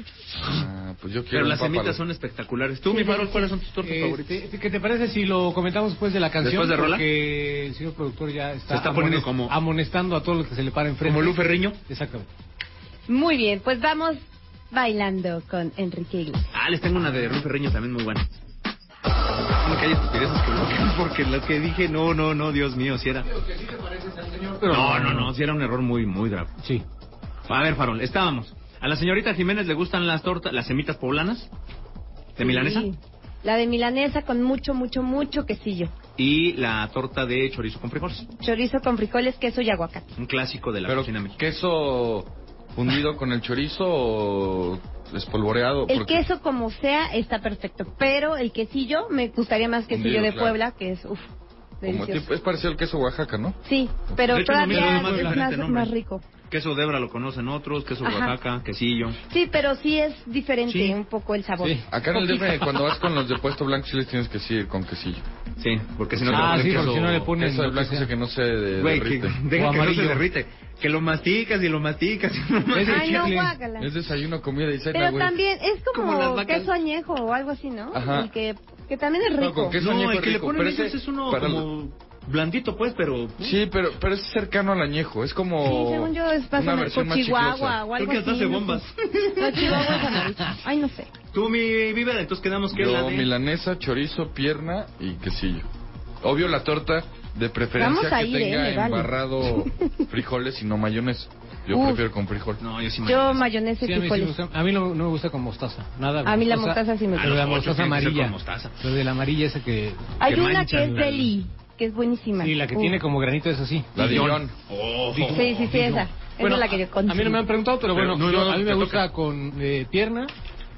[SPEAKER 3] Ah, pues yo quiero
[SPEAKER 2] Pero
[SPEAKER 3] un
[SPEAKER 2] las
[SPEAKER 3] pápalo.
[SPEAKER 2] semitas son espectaculares. Tú, mi Farol, ¿cuáles son tus tortas
[SPEAKER 5] Este,
[SPEAKER 2] favoritas?
[SPEAKER 5] ¿Qué te parece si lo comentamos después de la canción?
[SPEAKER 2] ¿Después de rola?
[SPEAKER 5] Porque el señor productor ya está,
[SPEAKER 2] Se está poniendo
[SPEAKER 5] amonest-
[SPEAKER 2] como-
[SPEAKER 5] amonestando a todo lo que se le para enfrente.
[SPEAKER 2] Como Lu Ferriño.
[SPEAKER 5] Exactamente.
[SPEAKER 4] Muy bien, pues vamos bailando con Enrique Iglesias.
[SPEAKER 2] Ah, les tengo una de Rui Ferriño también muy buena. No me calles estupideces que [LAUGHS] bloquean, porque las que dije, no, no, no, Dios mío, si era. No, no, no, si era un error muy, muy grave.
[SPEAKER 5] Sí.
[SPEAKER 2] A ver, Farol, estábamos. ¿A la señorita Jiménez le gustan las tortas, las semitas poblanas? ¿De milanesa?
[SPEAKER 4] Sí. La de milanesa con mucho, mucho, mucho quesillo.
[SPEAKER 2] Y la torta de chorizo con frijoles.
[SPEAKER 4] Chorizo con frijoles, queso y aguacate.
[SPEAKER 2] Un clásico de la
[SPEAKER 3] Pero
[SPEAKER 2] cocina mexicana.
[SPEAKER 3] queso fundido con el chorizo o espolvoreado.
[SPEAKER 4] El
[SPEAKER 3] Porque-
[SPEAKER 4] queso como sea está perfecto, pero el quesillo me gustaría más quesillo
[SPEAKER 3] Fundido,
[SPEAKER 4] de
[SPEAKER 3] claro.
[SPEAKER 4] Puebla, que es uff,
[SPEAKER 3] como tipo-
[SPEAKER 4] delicioso.
[SPEAKER 3] es parecido al queso Oaxaca, ¿no?
[SPEAKER 4] Sí, pero
[SPEAKER 2] De hecho, no me acuerdo
[SPEAKER 4] todavía es
[SPEAKER 2] más
[SPEAKER 4] más,
[SPEAKER 2] diferente nombre.
[SPEAKER 4] más rico.
[SPEAKER 2] Queso de hebra lo conocen otros, queso
[SPEAKER 4] Ajá.
[SPEAKER 2] Oaxaca, quesillo.
[SPEAKER 4] Sí, pero sí es diferente
[SPEAKER 2] Sí.
[SPEAKER 4] un poco el sabor.
[SPEAKER 5] Sí.
[SPEAKER 3] Acá en el DF, cuando vas con los de puesto blanco, sí les tienes que ir con quesillo.
[SPEAKER 2] Sí, porque si no
[SPEAKER 5] Ah,
[SPEAKER 2] te ponen
[SPEAKER 5] sí,
[SPEAKER 2] queso-
[SPEAKER 5] porque si no le ponen
[SPEAKER 3] Queso
[SPEAKER 5] lo
[SPEAKER 3] de
[SPEAKER 5] que
[SPEAKER 3] blanco
[SPEAKER 5] sea.
[SPEAKER 3] ese que no se de-
[SPEAKER 2] Güey, que,
[SPEAKER 3] derrite.
[SPEAKER 2] deja
[SPEAKER 5] O
[SPEAKER 2] que no se
[SPEAKER 5] amarillo.
[SPEAKER 2] derrite. Que lo masticas y lo masticas y lo masticas.
[SPEAKER 4] Ah, Ay, no,
[SPEAKER 5] chicle.
[SPEAKER 4] guácala.
[SPEAKER 3] Es desayuno, comida y cena,
[SPEAKER 4] Pero
[SPEAKER 3] güey.
[SPEAKER 4] también es como,
[SPEAKER 2] Como las vacas.
[SPEAKER 4] queso añejo o algo así, ¿no?
[SPEAKER 3] Ajá.
[SPEAKER 4] Y que, que también es
[SPEAKER 3] No,
[SPEAKER 4] rico.
[SPEAKER 3] con queso
[SPEAKER 2] no,
[SPEAKER 3] añejo
[SPEAKER 2] el que le
[SPEAKER 3] rico,
[SPEAKER 2] ponen
[SPEAKER 3] pero
[SPEAKER 2] ellos
[SPEAKER 3] ese-
[SPEAKER 2] es uno
[SPEAKER 3] para-
[SPEAKER 2] como blandito, pues, pero...
[SPEAKER 3] Sí, pero, pero es cercano al añejo. Es como.
[SPEAKER 4] Sí, según yo es
[SPEAKER 3] una
[SPEAKER 4] pasa
[SPEAKER 3] versión
[SPEAKER 4] con
[SPEAKER 3] más
[SPEAKER 4] Chihuahua
[SPEAKER 3] chiclosa.
[SPEAKER 4] o algo
[SPEAKER 2] Creo que hasta
[SPEAKER 4] así.
[SPEAKER 2] hace
[SPEAKER 4] no sé.
[SPEAKER 2] bombas.
[SPEAKER 4] [LAUGHS] No, Chihuahua es amarillo. Ay, no sé.
[SPEAKER 2] Tú, mi viver, entonces quedamos que la
[SPEAKER 3] Yo,
[SPEAKER 2] de...
[SPEAKER 3] milanesa, chorizo, pierna y quesillo. Obvio la torta de
[SPEAKER 4] Vamos
[SPEAKER 3] preferencia
[SPEAKER 4] a
[SPEAKER 3] que
[SPEAKER 4] ir,
[SPEAKER 3] tenga
[SPEAKER 4] eh, me vale. [LAUGHS]
[SPEAKER 3] embarrado frijoles y no mayonesa. Yo
[SPEAKER 4] Uf.
[SPEAKER 3] prefiero con frijol.
[SPEAKER 2] No, yo sí
[SPEAKER 4] Yo
[SPEAKER 2] mayonesa.
[SPEAKER 4] mayonesa
[SPEAKER 5] Sí,
[SPEAKER 4] y
[SPEAKER 5] a mí, sí me
[SPEAKER 4] frijoles.
[SPEAKER 5] gusta- a mí no, no me gusta con mostaza, nada.
[SPEAKER 4] A mí la mostaza sí me
[SPEAKER 2] Ah,
[SPEAKER 5] Pero
[SPEAKER 2] no,
[SPEAKER 4] gusta.
[SPEAKER 5] la
[SPEAKER 2] ocho, tiene que
[SPEAKER 5] mostaza
[SPEAKER 2] ser
[SPEAKER 5] amarilla.
[SPEAKER 2] con mostaza.
[SPEAKER 5] Pero de la amarilla esa que...
[SPEAKER 4] Hay
[SPEAKER 2] que
[SPEAKER 4] una
[SPEAKER 2] manchan
[SPEAKER 4] que es
[SPEAKER 2] la-
[SPEAKER 4] deli, que es buenísima.
[SPEAKER 5] Sí, la que
[SPEAKER 4] Uf.
[SPEAKER 5] tiene como granito es así.
[SPEAKER 3] La Dijon.
[SPEAKER 2] Oh.
[SPEAKER 5] Dijon.
[SPEAKER 4] Sí, sí, sí, esa. Esa es la que yo conté.
[SPEAKER 5] A mí no me han preguntado, pero
[SPEAKER 3] Pero
[SPEAKER 5] bueno,
[SPEAKER 3] no,
[SPEAKER 5] yo-
[SPEAKER 3] no,
[SPEAKER 5] a mí
[SPEAKER 3] te
[SPEAKER 5] me gusta
[SPEAKER 3] toca.
[SPEAKER 5] con eh, pierna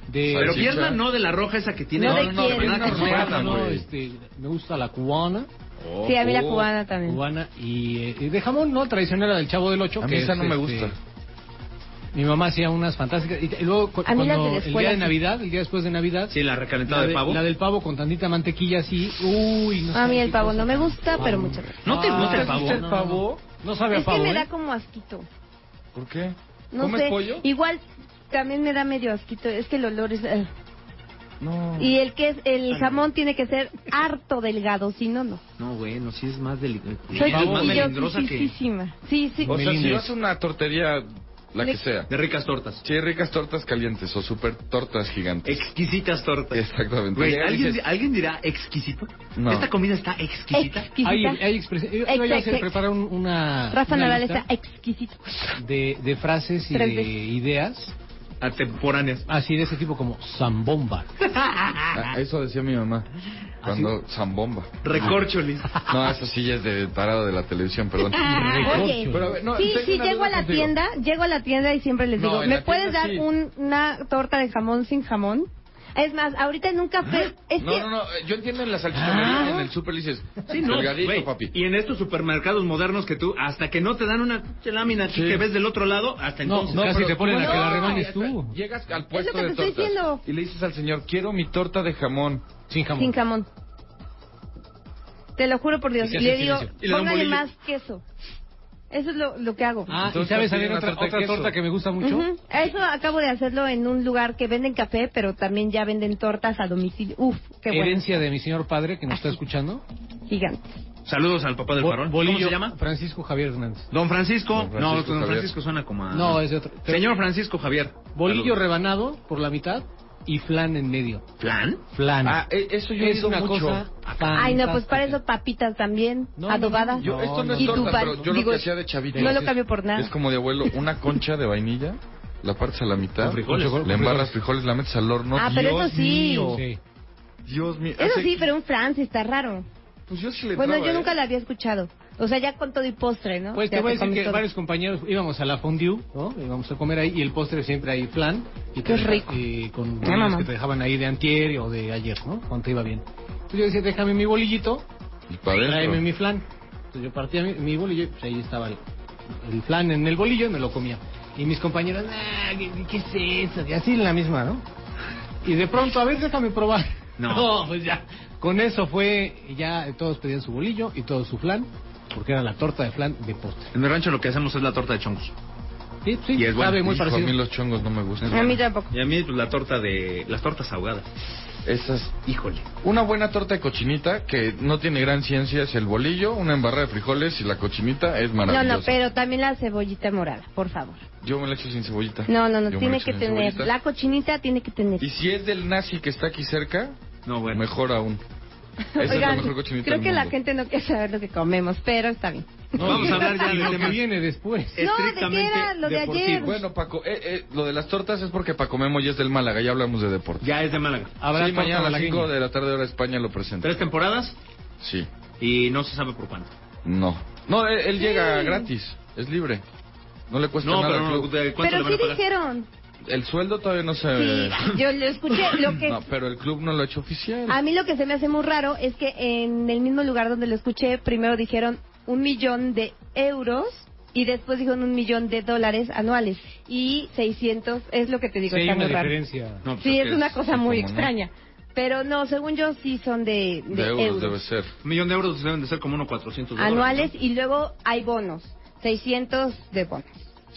[SPEAKER 5] de...
[SPEAKER 2] Pero
[SPEAKER 3] Salchicha.
[SPEAKER 2] pierna no de la roja esa que tiene...
[SPEAKER 4] No, de
[SPEAKER 2] de
[SPEAKER 4] quién.
[SPEAKER 2] verdad que
[SPEAKER 3] Una
[SPEAKER 2] suena,
[SPEAKER 3] horneada,
[SPEAKER 5] no,
[SPEAKER 2] güey.
[SPEAKER 3] güey.
[SPEAKER 5] este, me gusta la cubana,
[SPEAKER 2] Oh.
[SPEAKER 4] Sí, a mí la
[SPEAKER 3] Oh.
[SPEAKER 4] cubana también.
[SPEAKER 5] cubana y eh, y de jamón, no, tradicional la del chavo del ocho.
[SPEAKER 3] A mí
[SPEAKER 5] que
[SPEAKER 3] esa
[SPEAKER 5] es,
[SPEAKER 3] no me
[SPEAKER 5] este,
[SPEAKER 3] gusta.
[SPEAKER 5] Mi mamá hacía unas fantásticas. Y, y luego, cu-
[SPEAKER 4] A mí las
[SPEAKER 5] cuando
[SPEAKER 4] de la
[SPEAKER 5] el
[SPEAKER 4] escuela,
[SPEAKER 5] día de
[SPEAKER 4] sí.
[SPEAKER 5] Navidad, el día después de Navidad,
[SPEAKER 2] Sí, la recalentada
[SPEAKER 5] la,
[SPEAKER 2] de
[SPEAKER 5] de-
[SPEAKER 2] pavo.
[SPEAKER 5] la del pavo con tantita mantequilla así. Uy, no
[SPEAKER 4] A
[SPEAKER 5] sabe
[SPEAKER 4] mí el
[SPEAKER 5] qué
[SPEAKER 4] pavo
[SPEAKER 5] cosa.
[SPEAKER 4] no
[SPEAKER 5] Ah,
[SPEAKER 4] me gusta, pero muchas gracias.
[SPEAKER 2] ¿No te gusta el
[SPEAKER 5] ¿te
[SPEAKER 2] pavo?
[SPEAKER 5] gusta el pavo? No sabe a
[SPEAKER 4] Es que
[SPEAKER 5] pavo,
[SPEAKER 4] me
[SPEAKER 5] ¿eh?
[SPEAKER 4] da como asquito.
[SPEAKER 3] ¿Por qué?
[SPEAKER 4] No
[SPEAKER 3] ¿Comes
[SPEAKER 4] sé.
[SPEAKER 3] pollo?
[SPEAKER 4] Igual también me da medio asquito. Es que el olor es. ah.
[SPEAKER 3] No.
[SPEAKER 4] Y el que es, el jamón tiene que ser harto delgado, si no, no.
[SPEAKER 2] No, güey, no, sí es más delicado.
[SPEAKER 4] Soy
[SPEAKER 2] es más melindrosa que...
[SPEAKER 4] quisquillosísima. Sí, sí.
[SPEAKER 3] O sea, si
[SPEAKER 5] Melindres.
[SPEAKER 3] vas a una tortería, la
[SPEAKER 4] Le-
[SPEAKER 3] que sea.
[SPEAKER 2] De ricas tortas.
[SPEAKER 3] Sí, ricas tortas calientes o super tortas gigantes.
[SPEAKER 2] Exquisitas
[SPEAKER 3] [LAUGHS]
[SPEAKER 2] tortas.
[SPEAKER 3] Exactamente.
[SPEAKER 2] Güey,
[SPEAKER 3] Llegas y
[SPEAKER 2] ¿alguien,
[SPEAKER 3] dices,
[SPEAKER 2] ¿alguien dirá exquisito?
[SPEAKER 3] No.
[SPEAKER 2] ¿Esta comida está exquisita?
[SPEAKER 4] Exquisita.
[SPEAKER 5] Hay, hay expres- yo- yo iba a
[SPEAKER 4] Ex-
[SPEAKER 5] hacer
[SPEAKER 4] ex-
[SPEAKER 5] preparar un- una.
[SPEAKER 4] Rafa
[SPEAKER 5] una
[SPEAKER 4] Nadal
[SPEAKER 5] lista
[SPEAKER 4] está exquisito.
[SPEAKER 5] de, de frases y
[SPEAKER 4] Tres
[SPEAKER 5] de
[SPEAKER 4] veces.
[SPEAKER 5] ideas.
[SPEAKER 2] Atemporáneas.
[SPEAKER 5] Así de ese tipo como zambomba.
[SPEAKER 3] "Ah, eso decía mi mamá.
[SPEAKER 2] ¿Ah,
[SPEAKER 3] Cuando zambomba.
[SPEAKER 2] Recorcholis.
[SPEAKER 3] No, eso sí ya es de parado de la televisión, perdón.
[SPEAKER 2] [LAUGHS]
[SPEAKER 4] Oye,
[SPEAKER 3] Pero, a ver, no,
[SPEAKER 4] Ah, sí,
[SPEAKER 3] tengo
[SPEAKER 4] sí,
[SPEAKER 3] una
[SPEAKER 4] llego
[SPEAKER 3] duda
[SPEAKER 4] a la
[SPEAKER 3] contigo.
[SPEAKER 4] tienda, llego a la tienda y siempre les
[SPEAKER 3] No,
[SPEAKER 4] digo,
[SPEAKER 3] en
[SPEAKER 4] ¿me
[SPEAKER 3] la
[SPEAKER 4] puedes
[SPEAKER 3] tienda
[SPEAKER 4] dar
[SPEAKER 3] sí.
[SPEAKER 4] un- una torta de jamón sin jamón? Es más, ahorita en un café, es
[SPEAKER 3] No,
[SPEAKER 4] que- Ah,
[SPEAKER 3] no, no, eh, yo entiendo en la salchichonería, en el súper le dices,
[SPEAKER 2] Sí, no,
[SPEAKER 3] delgadito,
[SPEAKER 2] güey.
[SPEAKER 3] papi.
[SPEAKER 2] Y en estos supermercados modernos que tú, hasta que no te dan una pinche lámina aquí
[SPEAKER 3] Sí.
[SPEAKER 2] que ves del otro lado, hasta
[SPEAKER 5] No,
[SPEAKER 2] entonces.
[SPEAKER 5] no, casi
[SPEAKER 3] pero-
[SPEAKER 5] te ponen
[SPEAKER 4] no,
[SPEAKER 5] a que la
[SPEAKER 4] no,
[SPEAKER 5] remanes tú.
[SPEAKER 3] Llegas al puesto
[SPEAKER 4] lo que
[SPEAKER 3] de
[SPEAKER 4] te estoy
[SPEAKER 3] tortas
[SPEAKER 4] diciendo.
[SPEAKER 3] y le dices al señor, quiero mi torta de jamón.
[SPEAKER 5] Sin jamón.
[SPEAKER 4] sin jamón. Te lo juro por Dios.
[SPEAKER 5] Y que
[SPEAKER 4] Y le
[SPEAKER 5] hace
[SPEAKER 4] digo,
[SPEAKER 5] silencio.
[SPEAKER 2] Y le da un
[SPEAKER 4] póngale
[SPEAKER 2] bolillo.
[SPEAKER 4] más queso. Eso es lo, lo que hago.
[SPEAKER 5] Ah,
[SPEAKER 3] Entonces,
[SPEAKER 5] y sabes
[SPEAKER 3] también
[SPEAKER 5] también otra,
[SPEAKER 3] una torta de
[SPEAKER 5] otra
[SPEAKER 3] queso.
[SPEAKER 5] torta que me gusta mucho.
[SPEAKER 4] Ujú. Eso acabo de hacerlo en un lugar que venden café, pero también ya venden tortas a domicilio. Uf, qué bueno.
[SPEAKER 5] Herencia de mi señor padre que nos está escuchando.
[SPEAKER 4] Gigante.
[SPEAKER 2] Saludos al papá del
[SPEAKER 5] Bo-
[SPEAKER 2] farol.
[SPEAKER 5] bolillo,
[SPEAKER 2] ¿Cómo se llama?
[SPEAKER 5] Francisco Javier Hernández.
[SPEAKER 2] Don Francisco.
[SPEAKER 3] Don Francisco
[SPEAKER 2] no, don
[SPEAKER 3] Javier.
[SPEAKER 2] Francisco suena como a.
[SPEAKER 5] No, es de otro.
[SPEAKER 2] Señor Francisco Javier.
[SPEAKER 5] Bolillo
[SPEAKER 2] Saludos.
[SPEAKER 5] rebanado por la mitad y flan en medio.
[SPEAKER 2] ¿Plan?
[SPEAKER 5] Flan.
[SPEAKER 3] Ah, eh, eso yo he
[SPEAKER 5] es
[SPEAKER 3] oído
[SPEAKER 5] una
[SPEAKER 3] mucho.
[SPEAKER 5] cosa fantástica.
[SPEAKER 4] Ay, no, pues para eso papitas también,
[SPEAKER 5] Ah, No, no,
[SPEAKER 4] adobadas.
[SPEAKER 3] Yo,
[SPEAKER 5] No,
[SPEAKER 3] esto no es
[SPEAKER 4] y tu
[SPEAKER 3] torta,
[SPEAKER 4] pan-
[SPEAKER 3] pero yo
[SPEAKER 4] digo,
[SPEAKER 3] lo que hacía de chavito.
[SPEAKER 4] no lo cambio por nada.
[SPEAKER 3] Es como de abuelo, una concha de vainilla, la partes a la mitad,
[SPEAKER 2] Con frijoles.
[SPEAKER 3] le embarras frijoles, la metes al horno.
[SPEAKER 4] Ah, pero
[SPEAKER 3] Dios
[SPEAKER 4] eso sí.
[SPEAKER 3] mío,
[SPEAKER 5] Sí.
[SPEAKER 3] Dios mío.
[SPEAKER 4] Eso
[SPEAKER 3] Hace-
[SPEAKER 4] sí, pero un flan sí está raro.
[SPEAKER 3] Pues yo sí le
[SPEAKER 4] Bueno,
[SPEAKER 3] entraba,
[SPEAKER 4] yo nunca
[SPEAKER 3] ¿eh?
[SPEAKER 4] la había escuchado. O sea, ya con todo y postre, ¿no?
[SPEAKER 5] Pues te
[SPEAKER 4] Ya
[SPEAKER 5] voy a decir
[SPEAKER 4] comes
[SPEAKER 5] que
[SPEAKER 4] todo.
[SPEAKER 5] varios compañeros íbamos a la fondue, ¿no? Íbamos a comer ahí y el postre siempre hay flan. Y
[SPEAKER 4] Qué
[SPEAKER 5] te-
[SPEAKER 4] rico.
[SPEAKER 5] Y con
[SPEAKER 4] Ya, mamá.
[SPEAKER 5] que te dejaban ahí de antier o de ayer, ¿no? Cuando te iba bien. Entonces yo decía, déjame mi bolillito,
[SPEAKER 3] Y para adentro.
[SPEAKER 5] tráeme mi flan. Entonces yo partía mi, mi bolillo y pues ahí estaba el, el flan en el bolillo y me lo comía. Y mis compañeros, "Nah, ¿qué, qué es eso? Y así en la misma, ¿no? Y de pronto, a ver, déjame probar. [LAUGHS]
[SPEAKER 2] No.
[SPEAKER 5] pues ya. Con eso fue, y ya eh, todos pedían su bolillo y todo su flan, porque era la torta de flan de postre.
[SPEAKER 2] En mi rancho lo que hacemos es la torta de chongos.
[SPEAKER 5] Sí, pues, sí,
[SPEAKER 2] Y es bueno.
[SPEAKER 5] sabe muy
[SPEAKER 3] Hijo, a mí
[SPEAKER 5] parecido.
[SPEAKER 3] los chongos no me gustan.
[SPEAKER 4] A mí tampoco.
[SPEAKER 2] Y a mí pues, la torta de... las tortas ahogadas.
[SPEAKER 3] Esas.
[SPEAKER 2] Híjole.
[SPEAKER 3] Una buena torta de cochinita que no tiene gran ciencia es el bolillo, una embarrada de frijoles y la cochinita es
[SPEAKER 4] No,
[SPEAKER 3] maravillosa.
[SPEAKER 4] no, pero también la cebollita morada, por favor.
[SPEAKER 3] Yo me la echo sin cebollita.
[SPEAKER 4] No, no,
[SPEAKER 3] Yo
[SPEAKER 4] no,
[SPEAKER 3] me la
[SPEAKER 4] tiene
[SPEAKER 3] echo
[SPEAKER 4] que
[SPEAKER 3] sin
[SPEAKER 4] tener.
[SPEAKER 3] cebollita.
[SPEAKER 4] La cochinita tiene que tener.
[SPEAKER 3] Y si es del nazi que está aquí cerca,
[SPEAKER 2] No, bueno.
[SPEAKER 3] mejor
[SPEAKER 4] [LAUGHS]
[SPEAKER 3] aún. Esa es la
[SPEAKER 4] Oigan,
[SPEAKER 3] mejor cochinita
[SPEAKER 4] creo
[SPEAKER 3] del
[SPEAKER 4] que la
[SPEAKER 3] mundo.
[SPEAKER 4] gente no quiere saber lo que comemos, pero está bien.
[SPEAKER 3] No,
[SPEAKER 2] Vamos a hablar ya
[SPEAKER 5] Y
[SPEAKER 2] del
[SPEAKER 5] lo que
[SPEAKER 2] tema.
[SPEAKER 5] viene después.
[SPEAKER 4] No, ¿de qué era lo de
[SPEAKER 3] deportivo.
[SPEAKER 4] ayer?
[SPEAKER 3] Bueno, Paco, eh, eh, lo de las tortas es porque Paco Memo ya es del Málaga, ya hablamos de deporte.
[SPEAKER 2] Ya es de Málaga.
[SPEAKER 5] Habrá
[SPEAKER 3] sí,
[SPEAKER 5] torta
[SPEAKER 3] mañana a las
[SPEAKER 5] malagueña.
[SPEAKER 3] 5 de la tarde hora España lo presenta.
[SPEAKER 2] Tres temporadas
[SPEAKER 3] Sí,
[SPEAKER 2] y no se sabe por cuánto.
[SPEAKER 3] no. No, él, él llega gratis, es libre. No le cuesta
[SPEAKER 2] No,
[SPEAKER 3] nada
[SPEAKER 2] pero
[SPEAKER 3] al
[SPEAKER 2] no,
[SPEAKER 3] club.
[SPEAKER 2] ¿de cuánto
[SPEAKER 4] Pero
[SPEAKER 2] le van
[SPEAKER 4] sí
[SPEAKER 2] a pagar?
[SPEAKER 4] dijeron.
[SPEAKER 3] El sueldo todavía no se...
[SPEAKER 4] Sí,
[SPEAKER 3] [LAUGHS]
[SPEAKER 4] yo lo escuché. Lo que
[SPEAKER 3] Eh. No, pues. pero el club no lo ha hecho oficial.
[SPEAKER 4] A mí lo que se me hace muy raro es que en el mismo lugar donde lo escuché, primero dijeron un millón de euros y después dijeron un millón de dólares anuales. Y 600, es lo que te
[SPEAKER 5] Sí,
[SPEAKER 4] digo,
[SPEAKER 5] hay
[SPEAKER 4] está
[SPEAKER 5] una
[SPEAKER 4] muy raro.
[SPEAKER 5] diferencia.
[SPEAKER 2] No, pues
[SPEAKER 4] Sí,
[SPEAKER 2] que
[SPEAKER 4] es una cosa muy
[SPEAKER 3] ¿cómo no?
[SPEAKER 4] extraña. Pero no, según yo sí son de,
[SPEAKER 3] de euros, debe ser.
[SPEAKER 2] Un millón de euros deben de ser como unos 400 dólares.
[SPEAKER 4] anuales y luego hay bonos, 600 de bonos.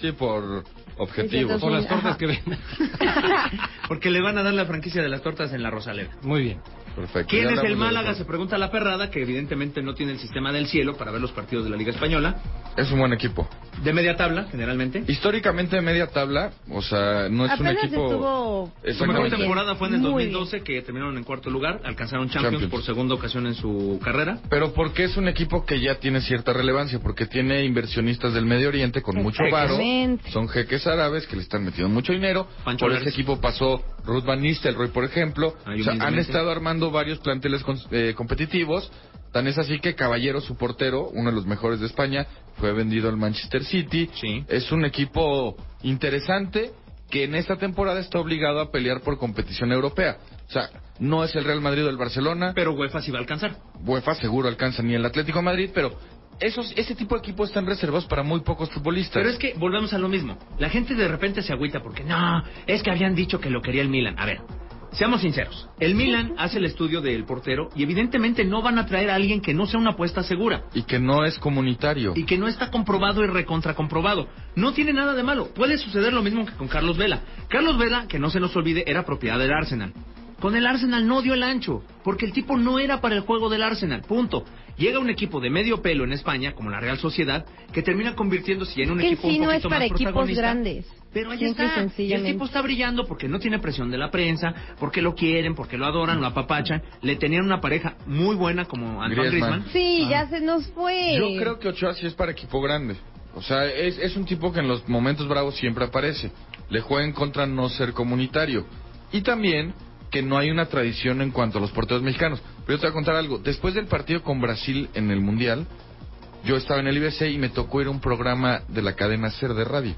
[SPEAKER 3] Sí, por objetivos.
[SPEAKER 4] Seiscientos
[SPEAKER 5] Por las tortas
[SPEAKER 4] Ajá.
[SPEAKER 5] que venden.
[SPEAKER 2] [LAUGHS] Porque le van a dar la franquicia de las tortas en la Rosaleda.
[SPEAKER 5] Muy bien.
[SPEAKER 3] Perfecto.
[SPEAKER 2] ¿Quién
[SPEAKER 3] ya
[SPEAKER 2] es
[SPEAKER 3] hablamos
[SPEAKER 2] el
[SPEAKER 3] de
[SPEAKER 2] Málaga? Se
[SPEAKER 3] deporte.
[SPEAKER 2] pregunta la perrada, que evidentemente no tiene el sistema del cielo para ver los partidos de la Liga Española.
[SPEAKER 3] Es un buen equipo.
[SPEAKER 2] De media tabla, generalmente.
[SPEAKER 3] Históricamente media tabla, o sea, no es
[SPEAKER 4] Apenas
[SPEAKER 3] un equipo...
[SPEAKER 4] estuvo-
[SPEAKER 2] Su mejor
[SPEAKER 3] Exactamente.
[SPEAKER 2] temporada fue en el
[SPEAKER 4] Muy bien.
[SPEAKER 2] 2012, que terminaron en cuarto lugar. Alcanzaron Champions,
[SPEAKER 3] Champions.
[SPEAKER 2] por segunda ocasión en su carrera.
[SPEAKER 3] Pero porque es un equipo que ya tiene cierta relevancia, porque tiene inversionistas del Medio Oriente con mucho varo,
[SPEAKER 4] Exactamente.
[SPEAKER 3] son jeques árabes que le están metiendo mucho dinero,
[SPEAKER 2] Pancho
[SPEAKER 3] por
[SPEAKER 2] Verdes.
[SPEAKER 3] ese equipo pasó Ruth Van Nistelrooy, por ejemplo,
[SPEAKER 2] Ahí
[SPEAKER 3] o sea, han
[SPEAKER 2] humildemente.
[SPEAKER 3] estado armando varios planteles cons- eh, competitivos, tan es así que Caballero, su portero, uno de los mejores de España, fue vendido al Manchester City,
[SPEAKER 2] Sí.
[SPEAKER 3] es un equipo interesante que en esta temporada está obligado a pelear por competición europea, o sea, no es el Real Madrid o el Barcelona,
[SPEAKER 2] Pero UEFA sí va a alcanzar.
[SPEAKER 3] UEFA seguro alcanza ni el Atlético de Madrid, pero esos, ese tipo de equipos están reservados para muy pocos futbolistas.
[SPEAKER 2] Pero es que volvemos a lo mismo. La gente de repente se agüita porque no, es que habían dicho que lo quería el Milan. A ver, seamos sinceros. El Milan hace el estudio del portero y evidentemente no van a traer a alguien que no sea una apuesta segura
[SPEAKER 3] Y que no es comunitario.
[SPEAKER 2] y que no está comprobado y recontracomprobado. No tiene nada de malo. Puede suceder lo mismo que con Carlos Vela. Carlos Vela, que no se nos olvide, era propiedad del Arsenal. Con el Arsenal no dio el ancho, porque el tipo no era para el juego del Arsenal, punto. Llega un equipo de medio pelo en España, como la Real Sociedad, que termina convirtiéndose ya en un
[SPEAKER 4] Que en
[SPEAKER 2] equipo
[SPEAKER 4] sí
[SPEAKER 2] un
[SPEAKER 4] no es
[SPEAKER 2] poquito
[SPEAKER 4] para
[SPEAKER 2] más
[SPEAKER 4] equipos
[SPEAKER 2] protagonista.
[SPEAKER 4] grandes.
[SPEAKER 2] Pero ahí
[SPEAKER 4] Simple y
[SPEAKER 2] está. Y el
[SPEAKER 4] sencillamente.
[SPEAKER 2] tipo está brillando porque no tiene presión de la prensa, porque lo quieren, porque lo adoran, lo apapachan. Le tenían una pareja muy buena como Antoine
[SPEAKER 3] Griezmann.
[SPEAKER 2] Griezmann.
[SPEAKER 4] Sí, ya se nos fue.
[SPEAKER 3] Yo creo que Ochoa sí es para equipo grande. O sea, es, es un tipo que en los momentos bravos siempre aparece. Le juega en contra no ser comunitario. Y también que no hay una tradición en cuanto a los porteros mexicanos. Pero yo te voy a contar algo. Después del partido con Brasil en el Mundial, yo estaba en el IBC y me tocó ir a un programa de la cadena Ser de radio.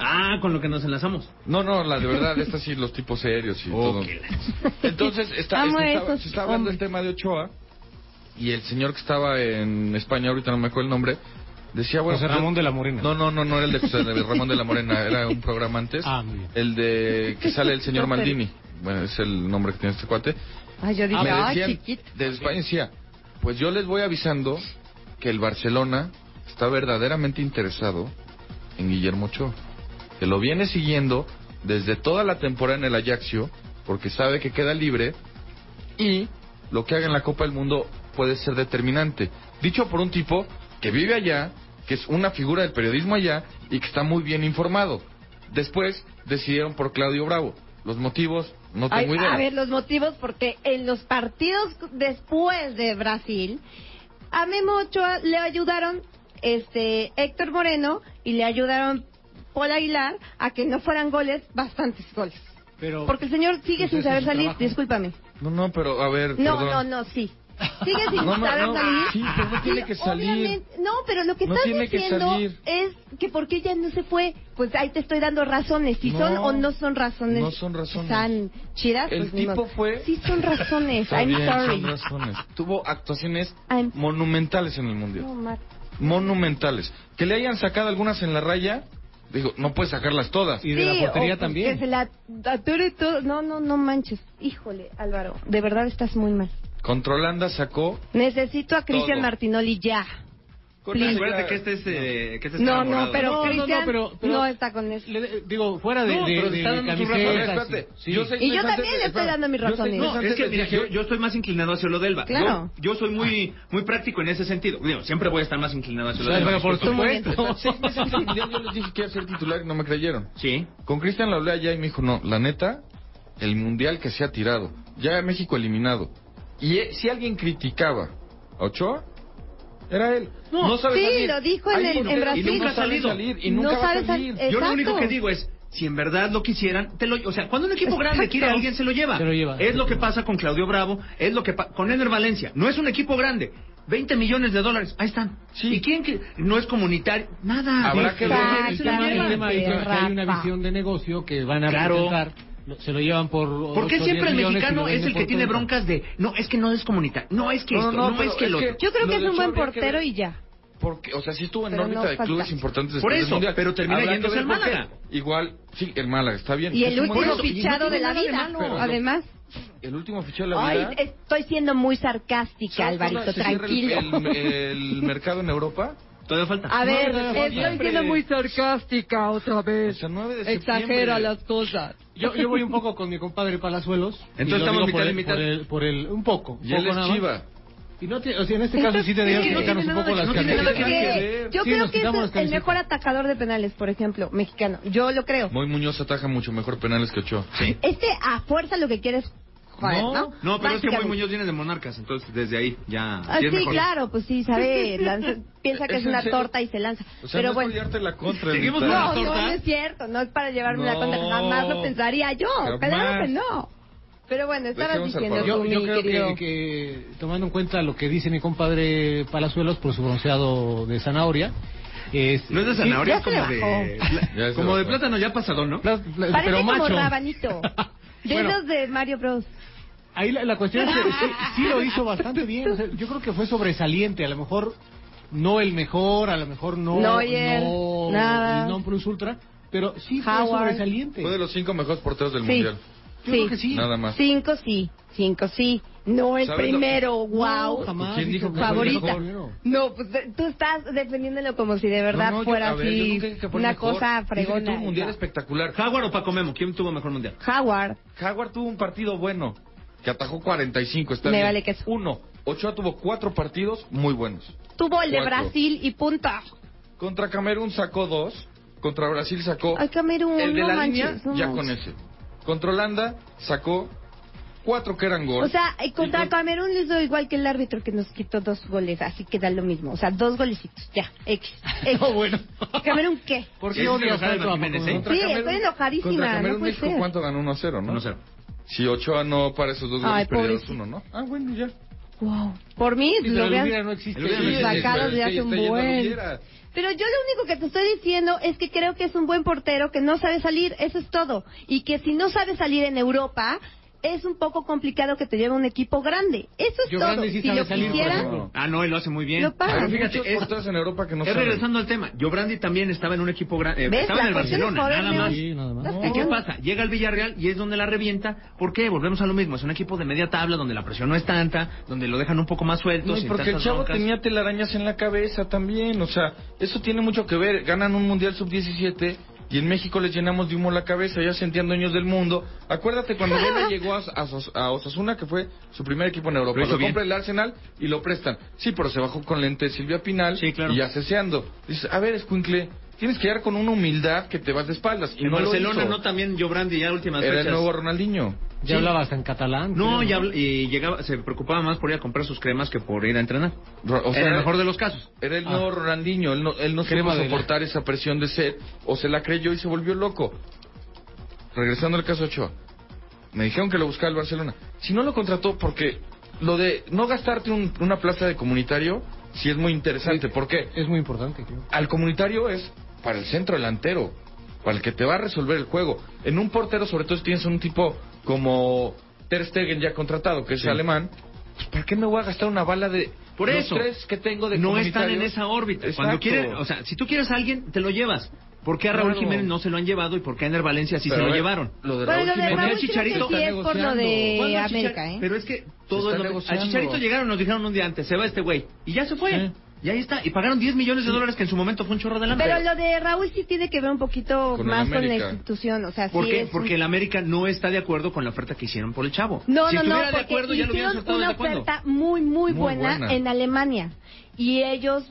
[SPEAKER 2] Ah, con lo que nos enlazamos.
[SPEAKER 3] No, no, la de verdad, esta sí, los tipos serios y todo.
[SPEAKER 2] Ok.
[SPEAKER 3] Entonces, está, es
[SPEAKER 4] Amo
[SPEAKER 3] que
[SPEAKER 4] a
[SPEAKER 3] estaba-
[SPEAKER 4] esos
[SPEAKER 3] se está hablando del
[SPEAKER 4] hombres.
[SPEAKER 3] tema de Ochoa y el señor que estaba en España, ahorita no me acuerdo el nombre, decía, bueno...
[SPEAKER 5] José
[SPEAKER 3] pues,
[SPEAKER 5] Ramón de la Morena.
[SPEAKER 3] No, no, no, no era el de José Ramón de la Morena, era un programa antes.
[SPEAKER 5] Ah, muy bien.
[SPEAKER 3] El de que sale el señor
[SPEAKER 4] No, pero-
[SPEAKER 3] Maldini. Bueno, es el nombre que tiene este cuate.
[SPEAKER 4] Ay, yo dije,
[SPEAKER 3] Ah, Me
[SPEAKER 4] ay,
[SPEAKER 3] decían
[SPEAKER 4] chiquito.
[SPEAKER 3] de España decía, pues yo les voy avisando que el Barcelona está verdaderamente interesado en Guillermo Ochoa, que lo viene siguiendo desde toda la temporada en el Ajaxio, porque sabe que queda libre y lo que haga en la Copa del Mundo puede ser determinante. Dicho por un tipo que vive allá, que es una figura del periodismo allá y que está muy bien informado. Después decidieron por Claudio Bravo. Los motivos no
[SPEAKER 4] Ay,
[SPEAKER 3] tengo idea.
[SPEAKER 4] A ver, los motivos, porque en los partidos después de Brasil, a Memo Ochoa le ayudaron este Héctor Moreno y le ayudaron Paul Aguilar a que no fueran goles, bastantes goles.
[SPEAKER 5] Pero
[SPEAKER 4] Porque el señor sigue
[SPEAKER 5] Pues
[SPEAKER 4] sin
[SPEAKER 5] ese es
[SPEAKER 4] saber
[SPEAKER 5] su
[SPEAKER 4] salir,
[SPEAKER 5] trabajo.
[SPEAKER 4] discúlpame.
[SPEAKER 3] No, no, pero a ver.
[SPEAKER 4] No,
[SPEAKER 3] perdón.
[SPEAKER 4] no, no, sí. Sigue sin
[SPEAKER 3] [LAUGHS] No, no,
[SPEAKER 4] saber
[SPEAKER 3] no,
[SPEAKER 4] salir.
[SPEAKER 3] sí, pero no tiene que salir.
[SPEAKER 4] obviamente- No, pero lo que
[SPEAKER 3] No
[SPEAKER 4] estás
[SPEAKER 3] tiene que
[SPEAKER 4] diciendo
[SPEAKER 3] salir.
[SPEAKER 4] es que por qué ella no se fue. Pues ahí te estoy dando razones. Si son
[SPEAKER 3] No,
[SPEAKER 4] o no son razones.
[SPEAKER 3] no son razones.
[SPEAKER 4] Tan chidas.
[SPEAKER 3] El
[SPEAKER 4] pues, ni
[SPEAKER 3] tipo
[SPEAKER 4] modo.
[SPEAKER 3] fue-
[SPEAKER 4] Sí
[SPEAKER 3] [LAUGHS]
[SPEAKER 4] son razones.
[SPEAKER 3] Está
[SPEAKER 4] I'm
[SPEAKER 3] bien,
[SPEAKER 4] sorry.
[SPEAKER 3] son razones. Tuvo actuaciones
[SPEAKER 4] I'm-
[SPEAKER 3] monumentales en el mundial.
[SPEAKER 4] No, Mar-
[SPEAKER 3] Monumentales. Que le hayan sacado algunas en la raya, Digo, no puedes sacarlas todas.
[SPEAKER 5] Y de la
[SPEAKER 4] Sí,
[SPEAKER 5] portería
[SPEAKER 4] o-
[SPEAKER 5] también.
[SPEAKER 4] Que se la ature todo. No, no, no manches. Híjole, Álvaro, de verdad estás muy mal.
[SPEAKER 3] Controlanda sacó
[SPEAKER 4] Necesito a Cristian
[SPEAKER 3] Todo.
[SPEAKER 4] Martinoli ya. Please.
[SPEAKER 2] Acuérdate que este es... eh, que este está
[SPEAKER 4] No, no,
[SPEAKER 2] enamorado.
[SPEAKER 4] pero
[SPEAKER 5] No, no, no,
[SPEAKER 4] Cristian no,
[SPEAKER 5] pero- pero-
[SPEAKER 4] está con eso.
[SPEAKER 5] Le- le- digo, fuera de,
[SPEAKER 2] No,
[SPEAKER 5] de,
[SPEAKER 2] pero
[SPEAKER 5] de
[SPEAKER 2] está dando sus
[SPEAKER 5] camisetas,
[SPEAKER 2] razones,
[SPEAKER 5] sí,
[SPEAKER 3] espérate.
[SPEAKER 5] sí.
[SPEAKER 3] Yo seis
[SPEAKER 4] Y yo
[SPEAKER 3] meses
[SPEAKER 4] también
[SPEAKER 3] antes-
[SPEAKER 4] le estoy
[SPEAKER 3] espera,
[SPEAKER 4] dando mis
[SPEAKER 3] yo seis
[SPEAKER 4] razones.
[SPEAKER 3] meses
[SPEAKER 4] No,
[SPEAKER 3] antes
[SPEAKER 2] Es que
[SPEAKER 3] les
[SPEAKER 2] mira,
[SPEAKER 3] dije-
[SPEAKER 2] yo, yo estoy más inclinado hacia lo de Elba.
[SPEAKER 4] Claro.
[SPEAKER 2] Yo, yo soy muy muy práctico en ese sentido. Digo, siempre voy a estar más inclinado hacia lo de
[SPEAKER 5] Pero
[SPEAKER 2] Elba.
[SPEAKER 5] por
[SPEAKER 4] Tú muy bien.
[SPEAKER 5] supuesto.
[SPEAKER 3] Seis meses antes del día yo les dije que iba a ser titular y no me creyeron.
[SPEAKER 2] Sí.
[SPEAKER 3] Con Cristian lo hablé allá y me dijo, no, la neta, el mundial que se ha tirado, ya México eliminado. Y eh, si alguien criticaba a Ochoa, era él. No, sabe
[SPEAKER 4] sí,
[SPEAKER 3] salir.
[SPEAKER 4] lo dijo en
[SPEAKER 3] Ahí
[SPEAKER 4] el-
[SPEAKER 3] no-
[SPEAKER 4] en
[SPEAKER 3] Y
[SPEAKER 4] Brasil.
[SPEAKER 3] nunca sabe
[SPEAKER 2] Salido.
[SPEAKER 3] salir y
[SPEAKER 4] No
[SPEAKER 3] nunca va
[SPEAKER 4] sabe
[SPEAKER 3] a
[SPEAKER 4] sal-
[SPEAKER 3] salir.
[SPEAKER 4] eh,
[SPEAKER 2] Yo lo
[SPEAKER 4] Exacto.
[SPEAKER 2] único que digo es, si en verdad lo quisieran, te lo, o sea, cuando un equipo grande
[SPEAKER 4] Exacto.
[SPEAKER 2] quiere a alguien se lo lleva.
[SPEAKER 5] Se lo lleva.
[SPEAKER 2] Es lo que pasa con Claudio Bravo, es lo que pa- con Ener Valencia. No es un equipo grande. 20 millones de dólares, ahí están.
[SPEAKER 3] Sí.
[SPEAKER 2] ¿Y quién que no es comunitario? Nada.
[SPEAKER 3] Habrá que
[SPEAKER 2] Es
[SPEAKER 3] ver.
[SPEAKER 2] una
[SPEAKER 5] El tema, el
[SPEAKER 2] mierda.
[SPEAKER 5] tema es que hay una
[SPEAKER 4] Rafa.
[SPEAKER 5] visión de negocio que van a
[SPEAKER 2] Claro.
[SPEAKER 5] presentar. lo- Se lo llevan por.
[SPEAKER 2] ¿Por qué
[SPEAKER 5] ocho,
[SPEAKER 2] siempre
[SPEAKER 5] diez
[SPEAKER 2] el
[SPEAKER 5] millones y
[SPEAKER 2] mexicano
[SPEAKER 5] lo
[SPEAKER 2] es
[SPEAKER 5] venden
[SPEAKER 2] el que
[SPEAKER 5] por
[SPEAKER 2] tiene
[SPEAKER 5] treinta?
[SPEAKER 2] broncas de no, es que no es comunitario, no es que
[SPEAKER 3] No,
[SPEAKER 2] esto,
[SPEAKER 3] no,
[SPEAKER 2] no,
[SPEAKER 3] pero
[SPEAKER 2] es que lo
[SPEAKER 3] es
[SPEAKER 2] otro?
[SPEAKER 3] que-
[SPEAKER 4] Yo creo
[SPEAKER 3] Lo
[SPEAKER 4] que es
[SPEAKER 3] de
[SPEAKER 4] un buen
[SPEAKER 3] Ochoa habría que ver.
[SPEAKER 4] portero y ya.
[SPEAKER 3] Porque, o sea, sí estuvo en
[SPEAKER 4] Pero
[SPEAKER 3] órbita
[SPEAKER 4] no
[SPEAKER 3] de
[SPEAKER 4] falta.
[SPEAKER 3] clubes importantes
[SPEAKER 2] Por
[SPEAKER 3] después del
[SPEAKER 2] eso,
[SPEAKER 3] mundial.
[SPEAKER 2] pero termina
[SPEAKER 3] Habrá que
[SPEAKER 2] yéndose
[SPEAKER 3] ver
[SPEAKER 2] al
[SPEAKER 3] por qué.
[SPEAKER 2] Málaga.
[SPEAKER 3] Igual, sí, el Málaga, está bien.
[SPEAKER 4] Y
[SPEAKER 3] Es
[SPEAKER 4] el
[SPEAKER 3] un buen
[SPEAKER 4] último
[SPEAKER 3] equipo.
[SPEAKER 4] fichado de la vida.
[SPEAKER 3] malo.
[SPEAKER 4] Además,
[SPEAKER 3] El último fichado de la
[SPEAKER 4] ay,
[SPEAKER 3] vida.
[SPEAKER 4] estoy siendo muy sarcástica, Alvarito,
[SPEAKER 3] Se cierra el-
[SPEAKER 4] tranquilo.
[SPEAKER 3] El, el mercado en Europa.
[SPEAKER 2] Todavía falta.
[SPEAKER 4] [LAUGHS] A ver,
[SPEAKER 3] No, no, no,
[SPEAKER 4] estoy
[SPEAKER 3] siempre.
[SPEAKER 4] siendo muy sarcástica otra
[SPEAKER 3] O
[SPEAKER 4] vez.
[SPEAKER 3] sea, 9 de
[SPEAKER 4] Exagera
[SPEAKER 3] septiembre.
[SPEAKER 4] las cosas.
[SPEAKER 5] Yo, yo voy un poco con mi compadre Palazuelos.
[SPEAKER 2] Entonces
[SPEAKER 5] y lo
[SPEAKER 2] estamos mitad
[SPEAKER 5] digo por
[SPEAKER 2] y
[SPEAKER 5] el-
[SPEAKER 2] mitad.
[SPEAKER 5] Por el, por el- un poco.
[SPEAKER 3] Y
[SPEAKER 5] poco
[SPEAKER 3] él
[SPEAKER 5] nada
[SPEAKER 3] es
[SPEAKER 5] más.
[SPEAKER 3] chiva.
[SPEAKER 5] Y no tiene- o sea, en este
[SPEAKER 4] Entonces,
[SPEAKER 5] caso sí tendríamos
[SPEAKER 4] sí,
[SPEAKER 5] que
[SPEAKER 4] no
[SPEAKER 5] quitarnos un
[SPEAKER 2] tiene
[SPEAKER 5] poco
[SPEAKER 2] nada-
[SPEAKER 5] las
[SPEAKER 2] no tiene
[SPEAKER 5] camisetas.
[SPEAKER 2] nada que
[SPEAKER 4] Porque yo
[SPEAKER 5] Sí,
[SPEAKER 4] creo
[SPEAKER 5] nos
[SPEAKER 4] que
[SPEAKER 5] quitamos
[SPEAKER 4] es
[SPEAKER 5] las
[SPEAKER 4] el mejor
[SPEAKER 5] camisetas.
[SPEAKER 4] atacador de penales, por ejemplo, mexicano. Yo lo creo.
[SPEAKER 3] Moy Muñoz ataja mucho mejor penales que Ochoa.
[SPEAKER 2] Sí.
[SPEAKER 4] Este a fuerza lo que quieres joder,
[SPEAKER 2] no,
[SPEAKER 4] ¿no?
[SPEAKER 2] pero es que Moy
[SPEAKER 4] Básicamente.
[SPEAKER 2] Muñoz viene de Monarcas, entonces desde ahí ya.
[SPEAKER 4] Ah,
[SPEAKER 2] ya es
[SPEAKER 4] sí,
[SPEAKER 2] mejor.
[SPEAKER 4] claro, pues sí, sabe, lanza- piensa que
[SPEAKER 3] ¿Es
[SPEAKER 4] es
[SPEAKER 3] en
[SPEAKER 4] una
[SPEAKER 3] serio?
[SPEAKER 4] torta y se lanza.
[SPEAKER 3] O sea,
[SPEAKER 4] pero
[SPEAKER 3] no
[SPEAKER 4] bueno,
[SPEAKER 3] es para odiarte la contra.
[SPEAKER 2] Seguimos
[SPEAKER 3] Evita.
[SPEAKER 2] con la
[SPEAKER 4] no,
[SPEAKER 2] torta.
[SPEAKER 4] no, no es cierto, no es para llevarme la
[SPEAKER 3] No.
[SPEAKER 4] contra, jamás lo pensaría yo,
[SPEAKER 3] Jamás.
[SPEAKER 4] claro que no. Pero bueno, estabas
[SPEAKER 3] Dejemos al
[SPEAKER 4] diciendo
[SPEAKER 3] Pablo.
[SPEAKER 4] tú,
[SPEAKER 5] Yo, yo
[SPEAKER 4] mi querido.
[SPEAKER 5] creo que, que, tomando en cuenta lo que dice mi compadre Palazuelos por su bronceado de zanahoria, es,
[SPEAKER 2] No es de
[SPEAKER 5] sí,
[SPEAKER 2] zanahoria, es
[SPEAKER 4] Ya se
[SPEAKER 2] como de.
[SPEAKER 5] [LAUGHS]
[SPEAKER 4] bajó.
[SPEAKER 2] pla-
[SPEAKER 3] Ya se
[SPEAKER 2] como de
[SPEAKER 3] bajó.
[SPEAKER 2] plátano ya pasado, ¿no?
[SPEAKER 5] pla- pla-
[SPEAKER 4] Parece
[SPEAKER 5] pero
[SPEAKER 4] como
[SPEAKER 5] macho.
[SPEAKER 4] rabanito.
[SPEAKER 3] [LAUGHS]
[SPEAKER 5] [LAUGHS]
[SPEAKER 4] De
[SPEAKER 5] Bueno.
[SPEAKER 4] esos de Mario Bros.
[SPEAKER 5] Ahí la, la cuestión es que sí, sí
[SPEAKER 4] [LAUGHS]
[SPEAKER 5] lo hizo bastante bien. o sea, yo creo que fue sobresaliente. A lo mejor no el mejor, a lo mejor no.
[SPEAKER 4] No, ayer,
[SPEAKER 5] no
[SPEAKER 4] nada.
[SPEAKER 5] el non plus ultra. Pero sí fue
[SPEAKER 4] Howard.
[SPEAKER 5] sobresaliente.
[SPEAKER 3] Fue de los cinco mejores porteros del
[SPEAKER 4] Sí.
[SPEAKER 3] mundial.
[SPEAKER 5] Yo creo que sí.
[SPEAKER 3] Nada más.
[SPEAKER 4] Cinco sí, cinco sí. No el
[SPEAKER 3] ¿Sabes lo-
[SPEAKER 4] primero,
[SPEAKER 5] No,
[SPEAKER 4] wow.
[SPEAKER 5] jamás
[SPEAKER 3] ¿Quién dijo que fue
[SPEAKER 4] favorita.
[SPEAKER 5] el mejor?
[SPEAKER 4] No, pues de- tú estás defendiéndolo como si de verdad
[SPEAKER 3] No, no, yo-
[SPEAKER 4] fuera
[SPEAKER 3] a ver, yo
[SPEAKER 4] así
[SPEAKER 3] nunca dije que fue el
[SPEAKER 4] una
[SPEAKER 3] mejor.
[SPEAKER 4] cosa
[SPEAKER 3] Dije que
[SPEAKER 4] fregona.
[SPEAKER 3] Tuvo un mundial
[SPEAKER 4] No.
[SPEAKER 3] espectacular. Ja-
[SPEAKER 2] Jaguar o Paco Memo, ¿quién tuvo mejor mundial?
[SPEAKER 4] Howard,
[SPEAKER 3] Jaguar tuvo un partido bueno, que atajó 45. Está
[SPEAKER 4] Me
[SPEAKER 3] bien.
[SPEAKER 4] vale queso.
[SPEAKER 3] Uno. Ochoa tuvo cuatro partidos muy buenos.
[SPEAKER 4] tuvo el de
[SPEAKER 3] Cuatro.
[SPEAKER 4] Brasil y punta.
[SPEAKER 3] Contra Camerún sacó dos. Contra Brasil sacó
[SPEAKER 4] Ay, Camerún,
[SPEAKER 3] el de
[SPEAKER 4] no
[SPEAKER 3] la
[SPEAKER 4] manches. no.
[SPEAKER 3] línea, ya con ese. Contra Holanda sacó cuatro que eran gol.
[SPEAKER 4] O sea, eh,
[SPEAKER 3] Y
[SPEAKER 4] contra
[SPEAKER 3] con-
[SPEAKER 4] Camerún les doy igual que el árbitro que nos quitó dos goles, así que da lo mismo. O sea, dos golecitos, ya, X.
[SPEAKER 3] [LAUGHS]
[SPEAKER 4] X.
[SPEAKER 5] No, bueno.
[SPEAKER 4] ¿Camerún qué?
[SPEAKER 5] ¿Por
[SPEAKER 2] Sí,
[SPEAKER 5] qué
[SPEAKER 2] es
[SPEAKER 5] odias
[SPEAKER 2] enojado
[SPEAKER 5] tanto a
[SPEAKER 2] Jiménez,
[SPEAKER 5] Paco
[SPEAKER 2] ¿eh?
[SPEAKER 5] Memo?
[SPEAKER 4] Sí, estoy enojadísima,
[SPEAKER 3] Contra Camerún,
[SPEAKER 4] no puede
[SPEAKER 3] México,
[SPEAKER 4] ser.
[SPEAKER 3] ¿cuánto ganó? 1-0, ¿no?
[SPEAKER 2] 1-0.
[SPEAKER 3] Si Ochoa no para esos dos goles
[SPEAKER 4] Ay,
[SPEAKER 3] perdidos,
[SPEAKER 4] pobrecito.
[SPEAKER 3] uno, ¿no? Ah, bueno, ya.
[SPEAKER 4] Wow. Por mí,
[SPEAKER 5] Sí, pero
[SPEAKER 4] lo
[SPEAKER 5] el
[SPEAKER 4] vean.
[SPEAKER 5] hubiera no existe.
[SPEAKER 2] ¿eh? El hubiera no existe.
[SPEAKER 4] Sacados de hace un
[SPEAKER 3] Está yendo al
[SPEAKER 4] buen.
[SPEAKER 3] hubiera.
[SPEAKER 4] Pero yo lo único que te estoy diciendo es que creo que es un buen portero que no sabe salir, eso es todo. Y que si no sabe salir en Europa, es un poco complicado que te lleve un equipo grande. Eso es
[SPEAKER 5] Yo
[SPEAKER 4] todo.
[SPEAKER 5] grande sí
[SPEAKER 4] si
[SPEAKER 5] sabe
[SPEAKER 4] lo
[SPEAKER 5] salir, por
[SPEAKER 4] quisiera,
[SPEAKER 5] ejemplo.
[SPEAKER 2] Ah, no, él lo hace muy bien.
[SPEAKER 4] Lo paga.
[SPEAKER 3] Pero
[SPEAKER 4] Ah,
[SPEAKER 3] fíjate,
[SPEAKER 2] muchos
[SPEAKER 3] es, en Europa que no
[SPEAKER 2] Es
[SPEAKER 3] saben.
[SPEAKER 2] regresando al tema, Yobrandi también estaba en un equipo grande,
[SPEAKER 4] ¿Ves?
[SPEAKER 2] estaba en el
[SPEAKER 4] La cuestión es
[SPEAKER 2] Barcelona, nada
[SPEAKER 4] joderme
[SPEAKER 2] más.
[SPEAKER 4] un-
[SPEAKER 5] Sí, nada más.
[SPEAKER 4] Estás
[SPEAKER 2] ¿Y qué
[SPEAKER 4] cañón.
[SPEAKER 2] pasa? Llega al Villarreal y es donde la revienta. ¿Por qué? Volvemos a lo mismo. Es un equipo de media tabla donde la presión no es tanta, donde lo dejan un poco más suelto.
[SPEAKER 3] No, y
[SPEAKER 2] sin
[SPEAKER 3] porque el
[SPEAKER 2] tantas
[SPEAKER 3] chavo
[SPEAKER 2] broncas.
[SPEAKER 3] tenía telarañas en la cabeza también, o sea, eso tiene mucho que ver. Ganan un Mundial Sub-17 y en México les llenamos de humo la cabeza, ya se sentían dueños del mundo. Acuérdate
[SPEAKER 2] [LAUGHS]
[SPEAKER 3] cuando Vela llegó a, a Os- a Osasuna, que fue su primer equipo en Europa,
[SPEAKER 2] Lo hizo
[SPEAKER 3] lo
[SPEAKER 2] bien.
[SPEAKER 3] compra el Arsenal y lo prestan. Sí, pero se bajó con lente de Silvia Pinal
[SPEAKER 2] Sí, claro.
[SPEAKER 3] y aseseando. Dices, a ver, escuincle, tienes que llegar con una humildad que te vas de espaldas. Y
[SPEAKER 2] En
[SPEAKER 3] no lo
[SPEAKER 2] Barcelona
[SPEAKER 3] hizo.
[SPEAKER 2] no también Yobrandi ya últimas
[SPEAKER 3] Era el
[SPEAKER 2] fechas.
[SPEAKER 3] nuevo Ronaldinho.
[SPEAKER 5] Ya
[SPEAKER 2] Sí.
[SPEAKER 5] hablabas en catalán.
[SPEAKER 2] No,
[SPEAKER 5] creo,
[SPEAKER 2] ya habl- y llegaba, se preocupaba más por ir a comprar sus cremas que por ir a entrenar.
[SPEAKER 3] Ro- o sea,
[SPEAKER 2] en el mejor de los casos.
[SPEAKER 3] Era el
[SPEAKER 5] Ah.
[SPEAKER 3] nuevo Ronaldinho, él no, él no
[SPEAKER 5] Crema
[SPEAKER 3] supo
[SPEAKER 5] de la-
[SPEAKER 3] soportar esa presión de sed, o se la creyó y se volvió loco. Regresando al caso Ochoa, me dijeron que lo buscaba el Barcelona. Si no lo contrató, porque lo de no gastarte un- una plaza de comunitario, sí es muy interesante,
[SPEAKER 5] Sí.
[SPEAKER 3] porque
[SPEAKER 5] Es muy importante, creo.
[SPEAKER 3] al comunitario es para el centro delantero, para el que te va a resolver el juego. En un portero, sobre todo si tienes un tipo como Ter Stegen ya contratado, que es alemán, pues ¿para qué me voy a gastar una bala de
[SPEAKER 2] Por
[SPEAKER 3] los
[SPEAKER 2] eso.
[SPEAKER 3] tres que tengo de
[SPEAKER 2] no están en
[SPEAKER 3] comunitarios?
[SPEAKER 2] esa órbita.
[SPEAKER 3] Exacto.
[SPEAKER 2] Cuando quieren, o sea, si tú quieres a alguien, te lo llevas. ¿Por qué a Raúl
[SPEAKER 3] Claro.
[SPEAKER 2] Jiménez no se lo han llevado y por qué a Ender Valencia sí
[SPEAKER 3] Pero
[SPEAKER 2] se
[SPEAKER 3] a
[SPEAKER 2] lo
[SPEAKER 3] ver,
[SPEAKER 2] llevaron?
[SPEAKER 3] Lo de
[SPEAKER 4] Bueno,
[SPEAKER 3] Raúl
[SPEAKER 4] lo de
[SPEAKER 3] Jiménez-
[SPEAKER 2] Porque
[SPEAKER 4] Raúl
[SPEAKER 2] el Chicharito
[SPEAKER 4] creo que sí
[SPEAKER 3] está
[SPEAKER 4] es por lo
[SPEAKER 3] negociando.
[SPEAKER 4] de
[SPEAKER 2] Bueno, Chichar-
[SPEAKER 4] América, ¿eh?
[SPEAKER 2] Pero es que
[SPEAKER 3] Se
[SPEAKER 2] todo
[SPEAKER 3] está
[SPEAKER 2] es lo que- A
[SPEAKER 3] negociando.
[SPEAKER 2] Chicharito llegaron, nos dijeron un día antes, se va este güey. Y ya se fue.
[SPEAKER 5] Sí.
[SPEAKER 2] Y ahí está. Y pagaron 10 millones de dólares que en su momento fue un chorro de lana.
[SPEAKER 4] Pero lo de Raúl sí tiene que ver un poquito
[SPEAKER 3] Con el
[SPEAKER 4] más con la
[SPEAKER 3] América.
[SPEAKER 4] institución, o sea,
[SPEAKER 2] ¿Por
[SPEAKER 4] sí
[SPEAKER 2] qué?
[SPEAKER 4] es un-
[SPEAKER 2] Porque el América no está de acuerdo con la oferta que hicieron por el chavo.
[SPEAKER 4] No,
[SPEAKER 2] si
[SPEAKER 4] no, no,
[SPEAKER 2] estuviera de
[SPEAKER 4] porque
[SPEAKER 2] acuerdo ya lo hubieran
[SPEAKER 4] hicieron
[SPEAKER 2] soltado
[SPEAKER 4] una
[SPEAKER 2] desde cuándo.
[SPEAKER 4] oferta muy,
[SPEAKER 3] Muy
[SPEAKER 4] muy buena,
[SPEAKER 3] buena.
[SPEAKER 4] en Alemania y ellos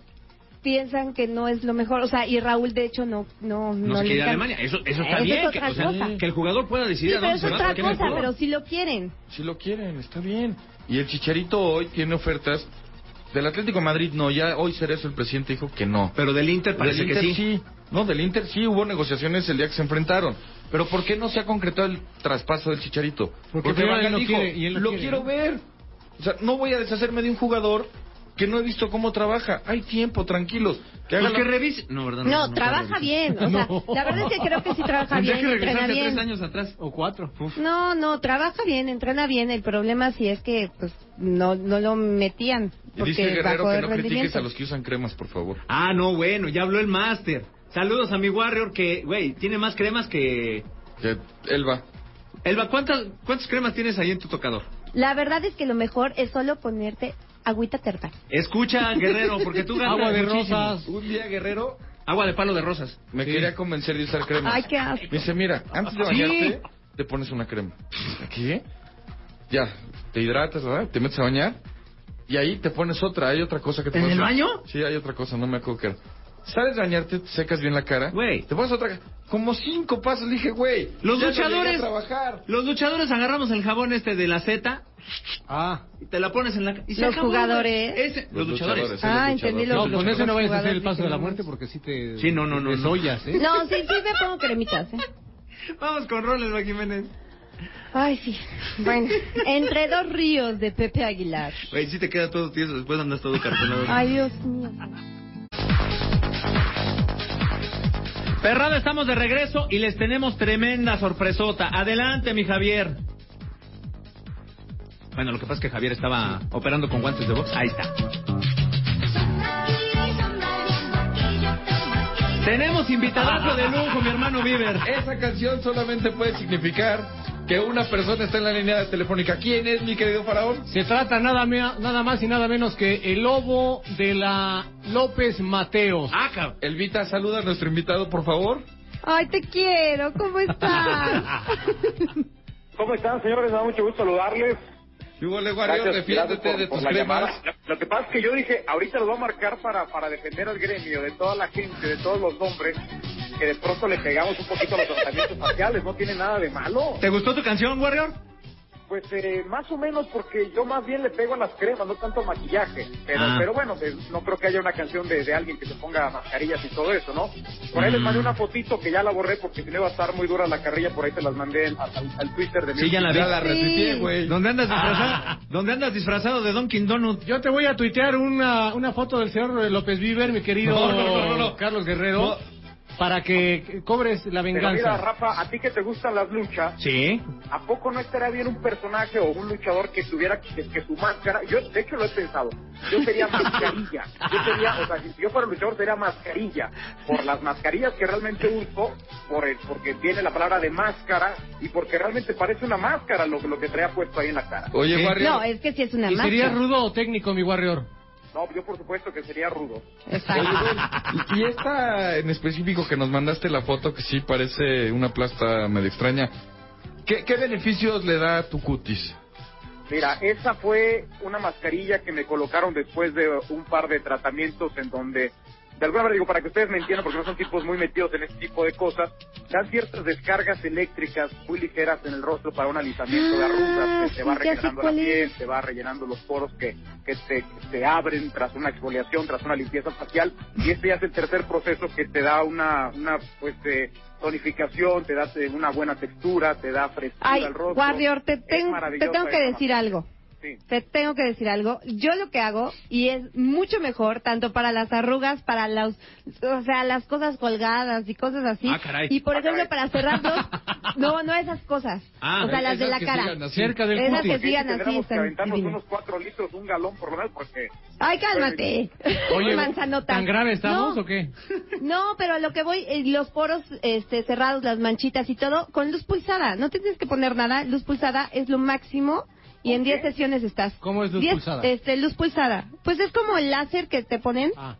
[SPEAKER 4] piensan que no es lo mejor, o sea, y Raúl de hecho no, no,
[SPEAKER 2] No se
[SPEAKER 4] le
[SPEAKER 2] quiere ir a
[SPEAKER 4] encanta.
[SPEAKER 2] Alemania. Eso, eso está
[SPEAKER 4] Eso es
[SPEAKER 2] bien.
[SPEAKER 4] otra
[SPEAKER 2] que, o sea,
[SPEAKER 4] cosa.
[SPEAKER 2] que el jugador pueda
[SPEAKER 4] Sí,
[SPEAKER 2] decidir a
[SPEAKER 4] pero
[SPEAKER 2] dónde
[SPEAKER 4] es
[SPEAKER 2] se va.
[SPEAKER 4] otra
[SPEAKER 2] porque no es
[SPEAKER 4] cosa,
[SPEAKER 2] jugador.
[SPEAKER 4] pero sí lo quieren.
[SPEAKER 3] Si lo quieren, está bien. Y el Chicharito hoy tiene ofertas. Del Atlético de Madrid no, ya hoy Cerezo el presidente dijo que no.
[SPEAKER 2] Pero del Inter parece
[SPEAKER 3] del Inter
[SPEAKER 2] que sí.
[SPEAKER 3] No, del Inter sí hubo negociaciones el día que se enfrentaron. Pero ¿por qué no se ha concretado el traspaso del Chicharito?
[SPEAKER 5] Porque primero
[SPEAKER 3] Van Gaal
[SPEAKER 5] él no
[SPEAKER 3] dijo,
[SPEAKER 5] quiere y él no
[SPEAKER 3] lo
[SPEAKER 5] quiere,
[SPEAKER 3] quiero
[SPEAKER 5] ¿no?
[SPEAKER 3] ver. O sea, no voy a deshacerme de un jugador que no he visto cómo trabaja. Hay tiempo, tranquilos. Que haga
[SPEAKER 2] Pues que
[SPEAKER 3] la-
[SPEAKER 2] revise. No, verdad.
[SPEAKER 4] No, trabaja
[SPEAKER 2] revise.
[SPEAKER 4] bien, o sea,
[SPEAKER 5] No.
[SPEAKER 4] la verdad es que creo que sí trabaja
[SPEAKER 2] Tendría
[SPEAKER 4] bien,
[SPEAKER 2] que
[SPEAKER 4] entrena
[SPEAKER 2] regresarse
[SPEAKER 4] bien.
[SPEAKER 2] tres años atrás.
[SPEAKER 5] O cuatro. Uf.
[SPEAKER 4] No, no, trabaja bien, entrena bien. El problema sí es que pues no no lo metían
[SPEAKER 3] Y
[SPEAKER 4] porque
[SPEAKER 3] dice Guerrero
[SPEAKER 4] bajó
[SPEAKER 3] que
[SPEAKER 4] el
[SPEAKER 3] no critiques
[SPEAKER 4] rendimiento.
[SPEAKER 3] a los que usan cremas, por favor.
[SPEAKER 2] Ah, no, bueno, ya habló el máster. Saludos a mi Warrior que, güey, tiene más cremas que...
[SPEAKER 3] Que él va.
[SPEAKER 2] Elba, ¿cuántas, ¿cuántas cremas tienes ahí en tu tocador?
[SPEAKER 4] La verdad es que lo mejor es solo ponerte agüita termal.
[SPEAKER 2] Escucha, Guerrero, porque
[SPEAKER 5] [LAUGHS]
[SPEAKER 2] tú gastas
[SPEAKER 5] Agua de
[SPEAKER 2] muchísimo. Uh,
[SPEAKER 5] rosas.
[SPEAKER 3] Un día Guerrero
[SPEAKER 2] Agua de palo de rosas.
[SPEAKER 3] me
[SPEAKER 5] Sí.
[SPEAKER 3] quería convencer de usar cremas.
[SPEAKER 4] Ay, qué asco.
[SPEAKER 3] Me dice, mira, antes de
[SPEAKER 5] Sí.
[SPEAKER 3] bañarte, te pones una crema. ¿Aquí? Ya, te hidratas, ¿verdad? Te metes a bañar. Y ahí te pones otra, hay otra cosa que te
[SPEAKER 2] ¿En
[SPEAKER 3] pones-
[SPEAKER 2] el baño?
[SPEAKER 3] Sí, hay otra cosa, no me acuerdo qué era. Sales a bañarte, te secas bien la cara.
[SPEAKER 2] Güey.
[SPEAKER 3] Te pones otra. Como cinco pasos, le dije, güey.
[SPEAKER 2] Los
[SPEAKER 3] ya no llegué
[SPEAKER 2] luchadores...
[SPEAKER 3] a trabajar.
[SPEAKER 2] Los luchadores agarramos el jabón este de la Z
[SPEAKER 5] Ah.
[SPEAKER 2] y te la pones en la... ca- y se
[SPEAKER 4] Los
[SPEAKER 2] acabó,
[SPEAKER 4] jugadores.
[SPEAKER 2] güey. Ese- los,
[SPEAKER 3] Los
[SPEAKER 2] luchadores.
[SPEAKER 3] luchadores.
[SPEAKER 4] Ah, entendí
[SPEAKER 3] Los-
[SPEAKER 5] No,
[SPEAKER 4] lo
[SPEAKER 3] los
[SPEAKER 5] con eso no vayas a hacer el paso de la
[SPEAKER 4] jugadores
[SPEAKER 5] muerte porque sí te...
[SPEAKER 2] Sí, no, no, no,
[SPEAKER 5] te
[SPEAKER 2] no.
[SPEAKER 5] desollas, ¿eh?
[SPEAKER 4] No, sí, sí me pongo cremitas. ¿eh?
[SPEAKER 2] Vamos con Roles, va, Jiménez.
[SPEAKER 4] Ay, sí. Bueno, entre dos ríos de Pepe Aguilar.
[SPEAKER 2] Güey, si te queda todo tieso, después andas todo cartonado.
[SPEAKER 4] Ay, Dios mío.
[SPEAKER 2] Perrada, estamos de regreso y les tenemos tremenda sorpresota. Adelante, mi Javier. Bueno, lo que pasa es que Javier estaba operando con guantes de box. Ahí está. Tenemos invitadazo de lujo, mi hermano Bieber.
[SPEAKER 3] Esa canción solamente puede significar que una persona está en la línea telefónica. ¿Quién es, mi querido faraón?
[SPEAKER 5] Se trata nada, mea- nada más y nada menos que el lobo de la López Mateos.
[SPEAKER 2] Ah, cabrón.
[SPEAKER 3] Elvita, saluda a nuestro invitado, por favor.
[SPEAKER 4] Ay, te quiero. ¿Cómo
[SPEAKER 5] [LAUGHS]
[SPEAKER 4] estás?
[SPEAKER 6] ¿Cómo están, señores? Me da mucho gusto saludarles.
[SPEAKER 3] Y huele, Wario,
[SPEAKER 6] Gracias,
[SPEAKER 3] defiéndete
[SPEAKER 6] gracias por-
[SPEAKER 3] de
[SPEAKER 6] por
[SPEAKER 3] tus
[SPEAKER 6] la
[SPEAKER 3] cremas.
[SPEAKER 6] llamada. Lo que pasa es que yo dije, ahorita lo voy a marcar para, para defender al gremio, de toda la gente, de todos los hombres, que de pronto le pegamos un poquito a los tratamientos faciales, no tiene nada de malo.
[SPEAKER 2] ¿Te gustó tu canción, Warrior?
[SPEAKER 6] Pues eh, más o menos porque yo más bien le pego a las cremas, no tanto al maquillaje. Pero,
[SPEAKER 2] Ah.
[SPEAKER 6] pero bueno, pues, no creo que haya una canción de, de alguien que se ponga mascarillas y todo eso, ¿no? Por ahí les
[SPEAKER 2] Mm.
[SPEAKER 6] mandé una fotito que ya la borré porque si no iba a estar muy dura la carrilla, por ahí te las mandé al, al- al Twitter de mi
[SPEAKER 2] Sí, ya la vi.
[SPEAKER 3] Ya la retuiteé, güey.
[SPEAKER 2] ¿Dónde andas
[SPEAKER 5] Ah.
[SPEAKER 2] disfrazado? ¿Dónde andas disfrazado de Dunkin' Donut?
[SPEAKER 5] Yo te voy a tuitear una, una foto del señor López Viver, mi querido
[SPEAKER 2] No, no, no, no, no.
[SPEAKER 5] Carlos Guerrero, para que cobres la
[SPEAKER 6] Pero mira,
[SPEAKER 5] venganza.
[SPEAKER 6] Rafa, a ti que te gustan las luchas,
[SPEAKER 2] Sí.
[SPEAKER 6] ¿A poco no estaría bien un personaje o un luchador que tuviera que, que su máscara? Yo, de hecho, lo he pensado. Yo sería mascarilla. Yo sería, o sea, si yo fuera luchador, sería mascarilla. Por las mascarillas que realmente uso, por el, porque tiene la palabra de máscara y porque realmente parece una máscara lo, lo que traía puesto ahí en la cara.
[SPEAKER 3] Oye,
[SPEAKER 5] Sí.
[SPEAKER 3] Wario,
[SPEAKER 4] No, es que sí es una
[SPEAKER 5] ¿Y
[SPEAKER 4] marca.
[SPEAKER 5] sería rudo o técnico, mi warrior?
[SPEAKER 6] No, yo por supuesto que sería rudo.
[SPEAKER 3] oye,
[SPEAKER 4] Exacto.
[SPEAKER 3] güey, y esta en específico que nos mandaste la foto, que sí parece una plasta medio extraña, ¿qué, qué beneficios le da a tu cutis?
[SPEAKER 6] Mira, esa fue una mascarilla que me colocaron después de un par de tratamientos en donde, de alguna manera digo, para que ustedes me entiendan, porque no son tipos muy metidos en este tipo de cosas, dan ciertas descargas eléctricas muy ligeras en el rostro para un alisamiento de
[SPEAKER 4] Ah,
[SPEAKER 6] arrugas, que te va
[SPEAKER 4] sí, ya sé
[SPEAKER 6] rellenando la
[SPEAKER 4] cuál es.
[SPEAKER 6] piel, te va rellenando los poros que, que te, que te abren tras una exfoliación, tras una limpieza facial, y este ya es el tercer proceso que te da una, una pues, eh, tonificación, te da eh, una buena textura, te da frescura
[SPEAKER 4] Ay,
[SPEAKER 6] al rostro.
[SPEAKER 4] Warrior, te,
[SPEAKER 6] Es
[SPEAKER 4] ten- te
[SPEAKER 6] maravillosa
[SPEAKER 4] tengo que
[SPEAKER 6] esa
[SPEAKER 4] decir algo.
[SPEAKER 6] Sí.
[SPEAKER 4] te tengo que decir algo. Yo lo que hago, y es mucho mejor, tanto para las arrugas, para las, o sea, las cosas colgadas y cosas así.
[SPEAKER 2] Ah, caray.
[SPEAKER 4] Y por
[SPEAKER 6] Ah,
[SPEAKER 4] ejemplo,
[SPEAKER 6] caray.
[SPEAKER 4] para cerrar dos, no, no esas cosas.
[SPEAKER 2] Ah,
[SPEAKER 4] o sea, las de
[SPEAKER 3] esas
[SPEAKER 4] la
[SPEAKER 3] que
[SPEAKER 4] cara.
[SPEAKER 3] sigan así.
[SPEAKER 5] Cerca del
[SPEAKER 4] Esas que
[SPEAKER 5] cutis.
[SPEAKER 4] sigan así
[SPEAKER 6] Tendremos que
[SPEAKER 4] están
[SPEAKER 6] aventarnos
[SPEAKER 4] divinas.
[SPEAKER 6] unos cuatro litros, un galón por lo menos, porque
[SPEAKER 4] Ay, cálmate. [LAUGHS]
[SPEAKER 5] Oye,
[SPEAKER 4] Manzanota.
[SPEAKER 5] ¿tan grave estamos
[SPEAKER 4] No.
[SPEAKER 5] o qué?
[SPEAKER 4] No, pero a lo que voy, eh, los poros este, cerrados, las manchitas y todo, con luz pulsada. No te tienes que poner nada. Luz pulsada es lo máximo y en
[SPEAKER 6] Ok.
[SPEAKER 4] 10 sesiones estás.
[SPEAKER 5] ¿Cómo es luz
[SPEAKER 4] Diez-
[SPEAKER 5] pulsada?
[SPEAKER 4] Este, luz pulsada. Pues es como el láser que te ponen,
[SPEAKER 5] Ah,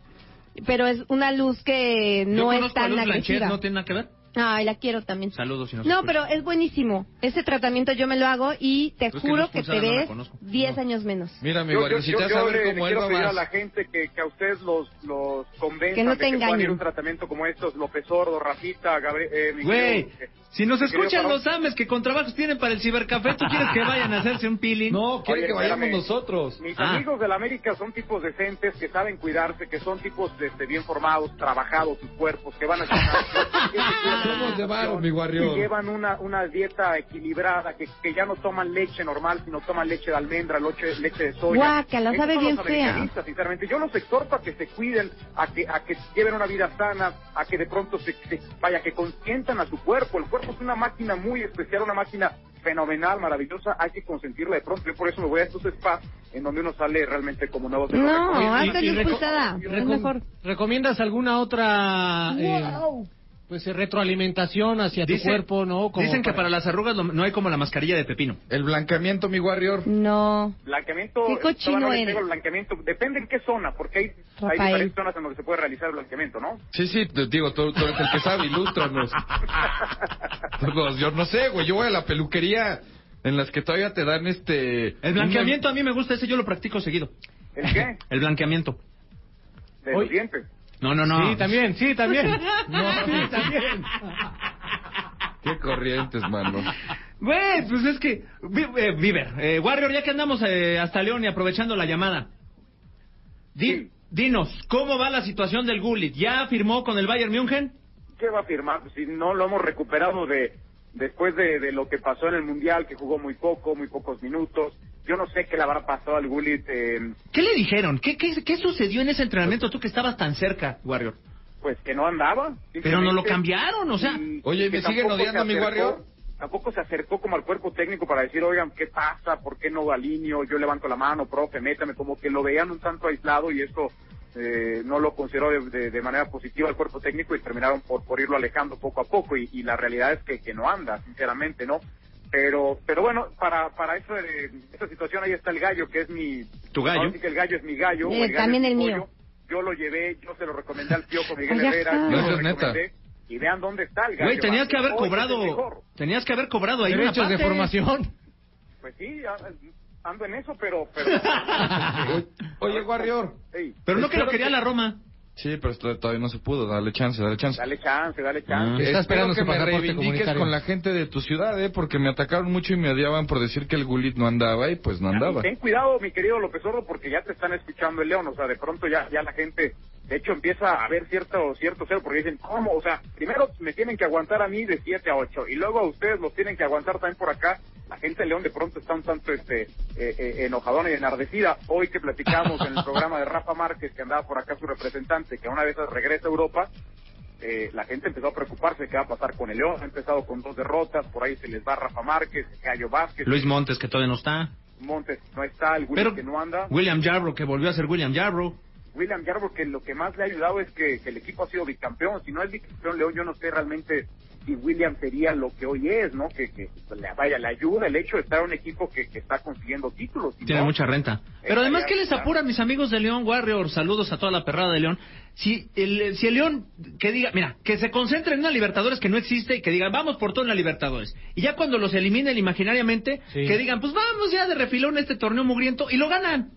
[SPEAKER 4] pero es una luz que
[SPEAKER 2] Yo
[SPEAKER 4] no es
[SPEAKER 2] conozco a
[SPEAKER 4] tan
[SPEAKER 2] Luz Blanchet,
[SPEAKER 4] agresiva.
[SPEAKER 2] ¿No tiene nada que ver?
[SPEAKER 4] Ay, la quiero también.
[SPEAKER 2] Saludos si nos
[SPEAKER 4] No,
[SPEAKER 2] escucha.
[SPEAKER 4] pero es buenísimo. Ese tratamiento yo me lo hago y te
[SPEAKER 2] Pero es que
[SPEAKER 4] juro
[SPEAKER 2] luz
[SPEAKER 4] que, te
[SPEAKER 2] pulsada no la
[SPEAKER 4] ves
[SPEAKER 2] conozco.
[SPEAKER 4] 10 años menos.
[SPEAKER 3] Mira, mi
[SPEAKER 6] yo, yo, yo,
[SPEAKER 3] guardiocita
[SPEAKER 6] yo
[SPEAKER 3] sabe
[SPEAKER 6] le, le
[SPEAKER 3] cómo él
[SPEAKER 6] quiero
[SPEAKER 3] va
[SPEAKER 6] pedir a
[SPEAKER 3] más.
[SPEAKER 6] la gente que, que a ustedes los, los convenzan
[SPEAKER 4] Que no
[SPEAKER 6] de
[SPEAKER 4] te
[SPEAKER 6] puedan
[SPEAKER 4] engañen.
[SPEAKER 6] ir a un tratamiento como estos, López Sordo, Rafita, Gabriel... eh, mi
[SPEAKER 2] Güey,
[SPEAKER 6] querido-
[SPEAKER 2] si nos
[SPEAKER 6] mi querido
[SPEAKER 2] escuchan
[SPEAKER 6] Farón.
[SPEAKER 2] los ames que con trabajos tienen para el cibercafé, ¿tú quieres que vayan a hacerse un peeling?
[SPEAKER 3] No, quiere
[SPEAKER 6] Oye,
[SPEAKER 3] que vayamos
[SPEAKER 6] espérame.
[SPEAKER 3] nosotros.
[SPEAKER 6] Mis
[SPEAKER 2] Ah.
[SPEAKER 6] amigos de la América son tipos decentes que saben cuidarse, que son tipos este, bien formados, trabajados, sus cuerpos, que
[SPEAKER 3] [LAUGHS]
[SPEAKER 6] van a
[SPEAKER 3] Somos de barro, mi
[SPEAKER 6] que
[SPEAKER 3] guarrión.
[SPEAKER 6] llevan una, una dieta equilibrada, que, que ya no toman leche normal, sino toman leche de almendra, leche, leche de soya.
[SPEAKER 4] Guácala,
[SPEAKER 6] Esos
[SPEAKER 4] sabe
[SPEAKER 6] son los
[SPEAKER 4] bien fea.
[SPEAKER 6] americanistas, Sinceramente, yo los exhorto a que se cuiden, a que, a que lleven una vida sana, a que de pronto se, se- vaya, que consientan a su cuerpo. El cuerpo es una máquina muy especial, una máquina fenomenal, maravillosa, hay que consentirla de pronto. Yo por eso me voy a estos spas en donde uno sale realmente como nuevo. de la
[SPEAKER 4] No,
[SPEAKER 5] Oye, y-
[SPEAKER 4] hazte
[SPEAKER 5] y
[SPEAKER 4] luz
[SPEAKER 5] reco-
[SPEAKER 4] pulsada. Es
[SPEAKER 5] Recom-
[SPEAKER 4] mejor.
[SPEAKER 5] ¿Recomiendas alguna otra eh,
[SPEAKER 4] Wow.
[SPEAKER 5] pues eh, retroalimentación hacia tu
[SPEAKER 2] Dice-
[SPEAKER 5] cuerpo, no? Como
[SPEAKER 2] dicen que para las arrugas lo- no hay como la mascarilla de pepino.
[SPEAKER 3] El blanqueamiento, mi warrior.
[SPEAKER 4] No.
[SPEAKER 6] Blanqueamiento,
[SPEAKER 4] Qué cochino
[SPEAKER 6] todavía le
[SPEAKER 4] eres.
[SPEAKER 6] pego el blanqueamiento, depende en qué zona, porque hay, hay
[SPEAKER 4] Rafael.
[SPEAKER 6] diferentes zonas en donde se puede realizar el blanqueamiento, ¿no?
[SPEAKER 3] Sí, sí, te digo, tú, tú eres el que sabe, ilústranos. Pues, yo no sé, güey, yo voy a la peluquería en las que todavía te dan este...
[SPEAKER 2] El blanqueamiento a mí me gusta, ese yo lo practico seguido.
[SPEAKER 6] ¿El qué?
[SPEAKER 2] El blanqueamiento.
[SPEAKER 6] De los
[SPEAKER 5] Oye.
[SPEAKER 6] dientes.
[SPEAKER 2] No, no, no.
[SPEAKER 5] Sí, también, sí,
[SPEAKER 2] [LAUGHS]
[SPEAKER 5] también. No, sí, también.
[SPEAKER 3] una- Qué corrientes,
[SPEAKER 2] [LAUGHS]
[SPEAKER 3] mano.
[SPEAKER 2] Güey, pues es que... Vi- eh, Viver, eh, Warrior, ya que andamos eh, hasta León y aprovechando la llamada. Di-
[SPEAKER 6] Sí.
[SPEAKER 2] Dinos, ¿cómo va la situación del Gullit? ¿Ya firmó con el Bayern München?
[SPEAKER 6] ¿Qué va a firmar? Si no lo hemos recuperado de después de, de lo que pasó en el Mundial, que jugó muy poco, muy pocos minutos. Yo no sé qué le habrá pasado al Gullit. eh,
[SPEAKER 2] ¿Qué le dijeron? ¿Qué, qué, qué sucedió en ese entrenamiento tú que estabas tan cerca, Warrior?
[SPEAKER 6] pues que no andaba.
[SPEAKER 2] Pero no lo
[SPEAKER 6] simplemente.
[SPEAKER 2] cambiaron, o sea...
[SPEAKER 6] Mm, Y
[SPEAKER 3] Oye,
[SPEAKER 6] que
[SPEAKER 3] ¿me siguen
[SPEAKER 6] tampoco
[SPEAKER 3] odiando,
[SPEAKER 6] se
[SPEAKER 3] mi
[SPEAKER 6] acercó-
[SPEAKER 3] Warrior?
[SPEAKER 6] Tampoco se acercó como al cuerpo técnico para decir, oigan, ¿qué pasa? ¿Por qué no Galinio? Yo levanto la mano, profe, métame. Como que lo veían un tanto aislado y eso eh, no lo consideró de, de- de manera positiva el cuerpo técnico y terminaron por, por irlo alejando poco a poco. Y, y la realidad es que, que no anda, sinceramente, ¿no? Pero, pero bueno, para, para eso, eh, esa situación ahí está el gallo, que es mi...
[SPEAKER 2] ¿Tu gallo?
[SPEAKER 6] Ahora sí que el gallo es mi gallo. o
[SPEAKER 4] Eh,
[SPEAKER 6] gallo
[SPEAKER 4] también
[SPEAKER 6] es mi
[SPEAKER 4] el mío.
[SPEAKER 6] pollo. Yo lo llevé, yo se lo recomendé al
[SPEAKER 3] [LAUGHS]
[SPEAKER 6] tío con Miguel
[SPEAKER 4] Allá
[SPEAKER 6] Herrera.
[SPEAKER 4] está.
[SPEAKER 6] yo
[SPEAKER 3] Eso
[SPEAKER 6] lo
[SPEAKER 3] es neta.
[SPEAKER 6] recomendé y vean dónde está el gallo.
[SPEAKER 2] Güey, tenías que haber
[SPEAKER 6] Hoy es el
[SPEAKER 2] cobrado,
[SPEAKER 6] mejor.
[SPEAKER 2] tenías que haber cobrado ahí una
[SPEAKER 5] Derechos de
[SPEAKER 2] parte.
[SPEAKER 5] formación.
[SPEAKER 6] Pues sí, a- ando en eso, pero...
[SPEAKER 2] [LAUGHS]
[SPEAKER 6] pero
[SPEAKER 3] Oye, Warrior.
[SPEAKER 6] Ey,
[SPEAKER 2] Pero no que lo
[SPEAKER 3] Espero
[SPEAKER 2] quería
[SPEAKER 3] que-
[SPEAKER 2] la Roma.
[SPEAKER 3] Sí, pero esto todavía no se pudo, dale chance, dale chance.
[SPEAKER 6] dale chance, dale chance.
[SPEAKER 2] Ah,
[SPEAKER 5] Está esperando
[SPEAKER 3] Espero que me
[SPEAKER 5] su pasaporte
[SPEAKER 3] reivindiques
[SPEAKER 5] comunitario.
[SPEAKER 3] con la gente de tu ciudad, ¿eh? Porque me atacaron mucho y me odiaban por decir que el gulit no andaba y pues no andaba.
[SPEAKER 6] Ten cuidado, mi querido López Ordo, porque ya te están escuchando el león. O sea, de pronto ya, ya la gente, de hecho, empieza a ver cierto, cierto cero, porque dicen, ¿cómo? O sea, primero me tienen que aguantar a mí de 7 a 8, y luego a ustedes los tienen que aguantar también por acá. La gente de León de pronto está un tanto este, eh, eh, enojadona y enardecida. Hoy que platicamos en el programa de Rafa Márquez, que andaba por acá su representante, que una vez regresa a Europa, eh, la gente empezó a preocuparse de qué va a pasar con el León. Ha empezado con dos derrotas, por ahí se les va Rafa Márquez, Gallo Vázquez,
[SPEAKER 2] Luis Montes que todavía no está.
[SPEAKER 6] Montes no está, el Willy
[SPEAKER 2] Pero
[SPEAKER 6] que no anda.
[SPEAKER 2] William Jarbro que volvió a ser William Jarbro.
[SPEAKER 6] William Yarbrough que lo que más le ha ayudado es que, que el equipo ha sido bicampeón. Si no es bicampeón León, yo no sé realmente si William sería lo que hoy es, ¿no? Que, que le, vaya, le ayuda el hecho de estar en un equipo que, que está consiguiendo títulos. si
[SPEAKER 2] Tiene
[SPEAKER 6] no,
[SPEAKER 2] mucha renta. Pero además, ¿qué les apura, mis amigos de León Warrior? Saludos a toda la perrada de León. Si el, si el León, que diga, mira, que se concentre en una Libertadores que no existe y que digan, vamos por todo en la Libertadores. Y ya cuando los eliminen imaginariamente,
[SPEAKER 5] Sí.
[SPEAKER 2] que digan, pues vamos ya de refilón este torneo mugriento y lo ganan.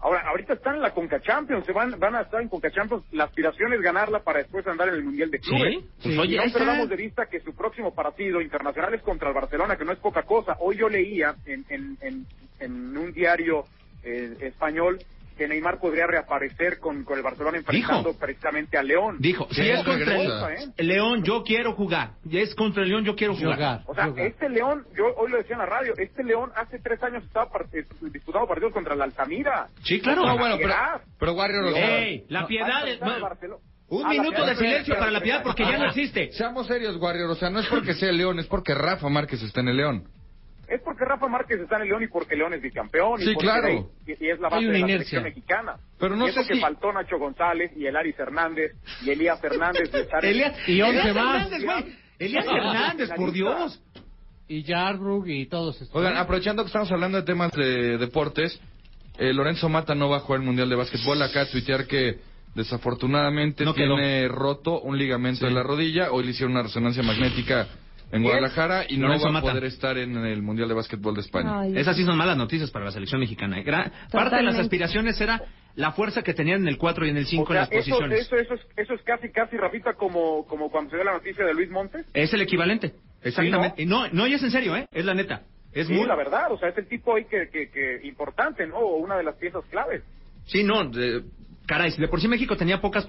[SPEAKER 6] Ahora, ahorita están en la Conca Champions, se van, van a estar en Conca Champions. La aspiración es ganarla para después andar en el Mundial de Clubes.
[SPEAKER 2] Pues
[SPEAKER 6] Y
[SPEAKER 2] oye, ahí
[SPEAKER 6] no
[SPEAKER 2] está.
[SPEAKER 6] perdamos de vista que su próximo partido internacional es contra el Barcelona, que no es poca cosa. Hoy yo leía en, en, en, en un diario eh, español que Neymar podría reaparecer con, con el Barcelona enfrentando
[SPEAKER 2] Dijo.
[SPEAKER 6] precisamente a León. ¿eh?
[SPEAKER 2] Dijo, si
[SPEAKER 3] Sí,
[SPEAKER 2] es contra
[SPEAKER 3] regresa.
[SPEAKER 2] el el León, yo quiero jugar. Y es contra el León, yo quiero jugar.
[SPEAKER 5] Jugar.
[SPEAKER 6] O sea,
[SPEAKER 5] jugar.
[SPEAKER 6] este León, yo hoy lo decía en la radio, este León hace tres años estaba par- eh, disputando partidos contra el Altamira.
[SPEAKER 2] Sí, claro.
[SPEAKER 6] Contra
[SPEAKER 3] No, bueno,
[SPEAKER 6] la
[SPEAKER 3] pero,
[SPEAKER 6] Piedad.
[SPEAKER 3] pero Warrior lo sabe.
[SPEAKER 2] Ey, la
[SPEAKER 6] Ah,
[SPEAKER 2] piedad es...
[SPEAKER 6] contra el Barcelona.
[SPEAKER 2] Un
[SPEAKER 6] Ah, la
[SPEAKER 2] minuto
[SPEAKER 6] Piedad,
[SPEAKER 2] de silencio
[SPEAKER 6] Piedad,
[SPEAKER 2] para la piedad porque ya no existe.
[SPEAKER 3] Seamos serios, Warrior. O sea, no es porque sea el León, es porque Rafa Márquez está en el León.
[SPEAKER 6] Es porque Rafa Márquez está en el León y porque León es bicampeón. y
[SPEAKER 3] Sí,
[SPEAKER 6] porque
[SPEAKER 3] claro.
[SPEAKER 6] Rey- Y, y es la base
[SPEAKER 5] Hay una
[SPEAKER 6] de la
[SPEAKER 5] inercia.
[SPEAKER 6] selección mexicana.
[SPEAKER 3] Pero no
[SPEAKER 6] y eso
[SPEAKER 3] sé
[SPEAKER 6] que
[SPEAKER 3] si-
[SPEAKER 6] faltó Nacho González y el Aris Hernández y Elías Hernández de estar en-
[SPEAKER 2] Elías,
[SPEAKER 5] Y once
[SPEAKER 2] Elías
[SPEAKER 5] más.
[SPEAKER 2] Hernández, güey. Elías Hernández, por Dios.
[SPEAKER 5] Y Jarbrug y todos estos. ¿eh?
[SPEAKER 3] Oigan, aprovechando que estamos hablando de temas de deportes, eh, Lorenzo Mata no va a jugar el Mundial de Básquetbol. Acá a tuitear que desafortunadamente
[SPEAKER 2] No quedó.
[SPEAKER 3] tiene roto un ligamento de la rodilla. Hoy le hicieron una resonancia magnética en Guadalajara y no
[SPEAKER 2] Lorenzo
[SPEAKER 3] va a
[SPEAKER 2] Mata.
[SPEAKER 3] poder estar en el Mundial de Básquetbol de España.
[SPEAKER 4] Ay.
[SPEAKER 2] Esas sí son malas noticias para la selección mexicana. ¿eh? Gran- Parte de las
[SPEAKER 4] Totalmente.
[SPEAKER 2] aspiraciones era la fuerza que tenían en el 4 y en el 5
[SPEAKER 6] O sea,
[SPEAKER 2] en las
[SPEAKER 6] eso,
[SPEAKER 2] posiciones.
[SPEAKER 6] eso, eso, es, eso es casi, casi, Rafita, como, como cuando se dio la noticia de Luis Montes.
[SPEAKER 2] Es el equivalente. Exactamente. Y No, no, y es en serio, ¿eh? Es la neta. Es
[SPEAKER 6] sí,
[SPEAKER 2] muy...
[SPEAKER 6] la verdad, o sea, es el tipo ahí que, que, que importante, ¿no? O Una de las piezas claves.
[SPEAKER 2] Sí, no. de- Caray, si de por sí México tenía pocas